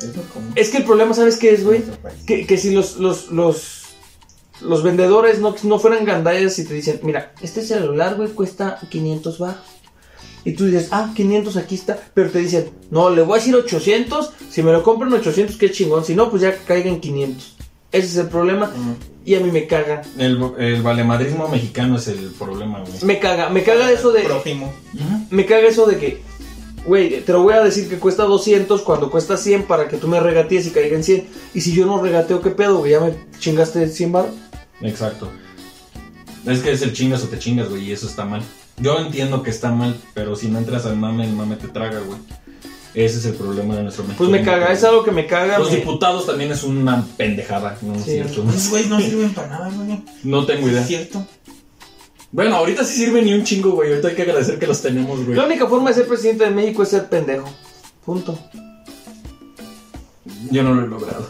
Speaker 3: Es muy común.
Speaker 2: es que el problema, ¿sabes qué es, güey?
Speaker 3: en nuestro país.
Speaker 2: Que, que si los, los, los, los vendedores no, no fueran gandallas y te dicen, mira, este celular, güey, cuesta 500 bajos. Y tú dices, ah, 500 aquí está. Pero te dicen, no, le voy a decir 800. Si me lo compran 800, qué chingón. Si no, pues ya caigan 500. Ese es el problema.
Speaker 3: Mm.
Speaker 2: Y a mí me caga.
Speaker 1: El, el valemadrismo mexicano es el problema, güey.
Speaker 2: Me caga. Me caga eso de...
Speaker 3: Prójimo.
Speaker 2: Me caga eso de que, güey, te lo voy a decir que cuesta 200 cuando cuesta 100 para que tú me regatees y caiga en 100. Y si yo no regateo, ¿qué pedo, güey? Ya me chingaste 100 baros.
Speaker 1: Exacto. Es que es el chingas o te chingas, güey, y eso está mal. Yo entiendo que está mal, pero si no entras al mame, el mame te traga, güey. Ese es el problema de nuestro México.
Speaker 2: Pues me caga, es algo que me caga.
Speaker 1: Los
Speaker 2: me-
Speaker 1: diputados también es una pendejada, ¿no? es
Speaker 2: Sí.
Speaker 1: cierto.
Speaker 3: Los güeyes no sirven para nada, güey.
Speaker 1: No tengo idea.
Speaker 3: Es cierto.
Speaker 1: Bueno, ahorita sí sirve ni un chingo, güey. Ahorita hay que agradecer que los tenemos, güey.
Speaker 2: La única forma de ser presidente de México es ser pendejo. Punto.
Speaker 1: Yo no lo he logrado.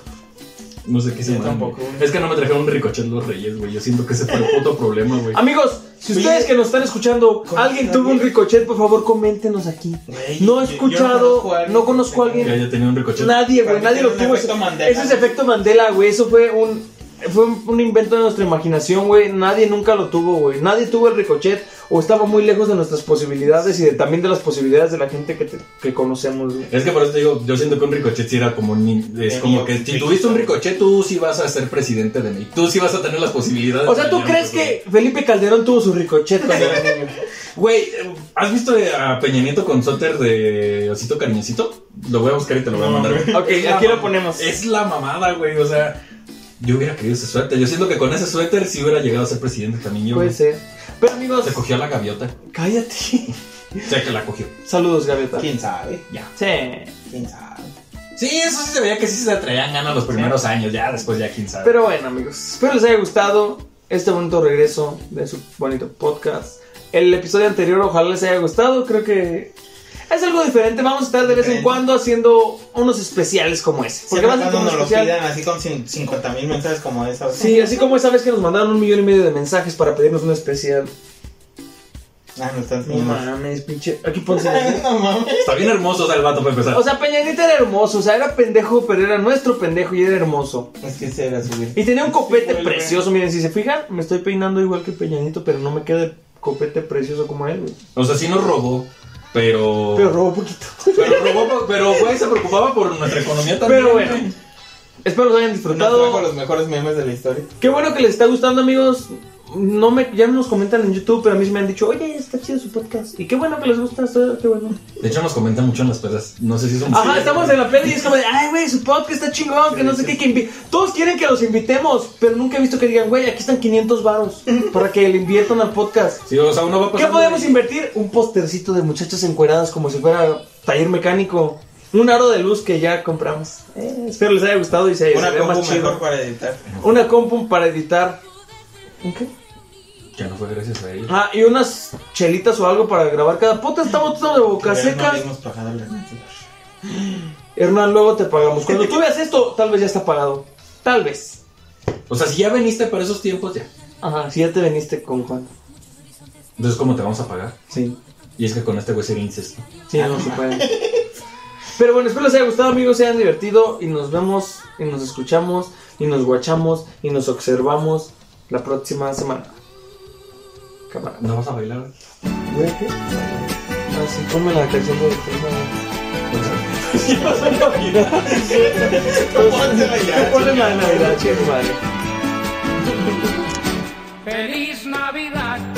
Speaker 1: No sé qué se
Speaker 3: Yo
Speaker 1: llama,
Speaker 3: tampoco,
Speaker 1: güey.
Speaker 3: güey.
Speaker 1: Es que no me trajeron un ricochet los reyes, güey. Yo siento que ese fue el puto problema, güey.
Speaker 2: Amigos, si
Speaker 3: Oye,
Speaker 2: ustedes que nos están escuchando,
Speaker 3: ¿con
Speaker 2: alguien
Speaker 3: nadie?
Speaker 2: tuvo un ricochet, por favor, coméntenos aquí.
Speaker 3: Güey,
Speaker 2: No he
Speaker 3: yo- yo
Speaker 2: escuchado,
Speaker 3: conozco a alguien
Speaker 2: no
Speaker 3: que
Speaker 2: conozco a
Speaker 3: tenga-
Speaker 1: Que
Speaker 2: alguien.
Speaker 1: haya tenido un ricochet.
Speaker 2: Nadie,
Speaker 3: Para
Speaker 2: güey,
Speaker 3: mí
Speaker 2: nadie
Speaker 3: tiene
Speaker 2: lo
Speaker 3: un
Speaker 2: tuvo.
Speaker 3: efecto
Speaker 2: Ese
Speaker 3: Mandela.
Speaker 2: ese es efecto Mandela, güey. Eso fue un fue un, un invento de nuestra imaginación, güey. Nadie nunca lo tuvo, güey. Nadie tuvo el ricochet o estaba muy lejos de nuestras posibilidades y de- también de las posibilidades de la gente que, te- que conocemos, güey.
Speaker 1: Es que por eso te digo, yo siento que un ricochet sí era como un in- Es
Speaker 3: Eh,
Speaker 1: como
Speaker 3: no,
Speaker 1: que si
Speaker 3: sí.
Speaker 1: tuviste un ricochet, tú sí vas a ser presidente de México. Tú sí vas a tener las posibilidades.
Speaker 2: O sea,
Speaker 1: de
Speaker 2: ¿tú
Speaker 1: tener un
Speaker 2: crees que Felipe Calderón tuvo su ricochet cuando era niño?
Speaker 1: Güey, eh, ¿has visto a Peña Nieto con suéter de Osito Cariñosito? Lo voy a buscar y te lo voy a mandar. güey.
Speaker 2: Ok, aquí lo ponemos.
Speaker 1: Es la mamada, güey. O sea, yo hubiera querido ese suéter. Yo siento que con ese suéter sí hubiera llegado a ser presidente también yo.
Speaker 2: Puede
Speaker 1: güey.
Speaker 2: ser. Pero amigos,
Speaker 1: Se cogió a la gaviota.
Speaker 2: cállate.
Speaker 1: O sea, que la cogió.
Speaker 2: Saludos, Gaveta.
Speaker 3: ¿Quién sabe?
Speaker 2: Sí.
Speaker 3: ¿Quién sabe?
Speaker 1: Sí, eso sí se veía que sí se traían ganas los primeros años. Ya después, ya quién sabe.
Speaker 2: Pero bueno, amigos, espero les haya gustado este bonito regreso de su bonito podcast. El episodio anterior, ojalá les haya gustado. Creo que es algo diferente. Vamos a estar de vez en
Speaker 3: Diferente.
Speaker 2: cuando haciendo unos especiales como ese. Porque
Speaker 3: Siempre
Speaker 2: va a ser
Speaker 3: cuando
Speaker 2: como
Speaker 3: nos lo
Speaker 2: especial.
Speaker 3: pidan así con 50 mil mensajes como esa.
Speaker 2: Sí, así como esa vez que nos mandaron un millón y medio de mensajes para pedirnos un especial.
Speaker 3: Ah, no estás
Speaker 2: No mames, pinche. Aquí ponse.
Speaker 3: No mames.
Speaker 1: Está bien hermoso o sea, el vato para empezar.
Speaker 2: O sea, Peña Nieto era hermoso. O sea, era pendejo, pero era nuestro pendejo y era hermoso.
Speaker 3: Es que se era subir.
Speaker 2: Y tenía un
Speaker 3: Sí,
Speaker 2: copete
Speaker 3: vuelve.
Speaker 2: precioso. Miren, si se fijan, me estoy peinando igual que Peñanito, pero no me queda el copete precioso como él, güey.
Speaker 1: O sea, sí nos robó, pero.
Speaker 3: Oh.
Speaker 2: Pero robó poquito.
Speaker 1: Pero robó, pero güey, se preocupaba por nuestra economía también.
Speaker 2: Pero bueno,
Speaker 1: güey.
Speaker 2: espero los hayan
Speaker 3: Nos trajo
Speaker 2: disfrutado.
Speaker 3: los mejores memes de la historia.
Speaker 2: Qué bueno que les está gustando, amigos. No me, ya nos comentan en YouTube, pero a mí sí me han dicho, oye, está chido su podcast. Y qué bueno que les gusta, está- qué bueno.
Speaker 1: De hecho, nos comentan mucho en las pedas. No sé si somos.
Speaker 2: Ajá, estamos en la peli y es como de, ay, güey, su podcast está chingón, que no sé qué, que invi- Todos quieren que los invitemos, pero nunca he visto que digan, güey, aquí están 500 varos para que le inviertan al podcast.
Speaker 1: Sí, o sea, uno va
Speaker 2: ¿Qué
Speaker 1: pasando.
Speaker 2: podemos invertir? Un postercito de muchachas encueradas como si fuera taller mecánico. Un aro de luz que ya compramos. Eh, espero les haya gustado y se haya se
Speaker 3: Una
Speaker 2: vea más
Speaker 3: compu mejor
Speaker 2: chido.
Speaker 3: para editar.
Speaker 2: Una compu para editar. ¿Un qué?
Speaker 1: Ya no fue gracias a él.
Speaker 2: Ah, y unas chelitas o algo para grabar cada puta. Estamos todos de boca
Speaker 3: Pero
Speaker 2: seca.
Speaker 3: no dimos pagado la mentira.
Speaker 2: Hernán, luego te pagamos. Cuando tú veas esto, tal vez ya está pagado. Tal vez.
Speaker 1: O sea, si ya veniste para esos tiempos, ya.
Speaker 2: Ajá, si ya te viniste con Juan.
Speaker 1: Entonces, ¿cómo te vamos a pagar?
Speaker 2: Sí.
Speaker 1: Y es que con este güey sería incesto.
Speaker 2: Sí, no se puede. Pero bueno, espero les haya gustado, amigos, se hayan divertido y nos vemos y nos escuchamos y nos guachamos y nos observamos la próxima semana. Cámara.
Speaker 1: ¿No vas a bailar?
Speaker 2: Güey, ¿qué? Ah, sí, ponme la canción de de-
Speaker 3: Pónsela ya.
Speaker 2: Ponle la de Navidad, che, madre.
Speaker 10: Feliz Navidad.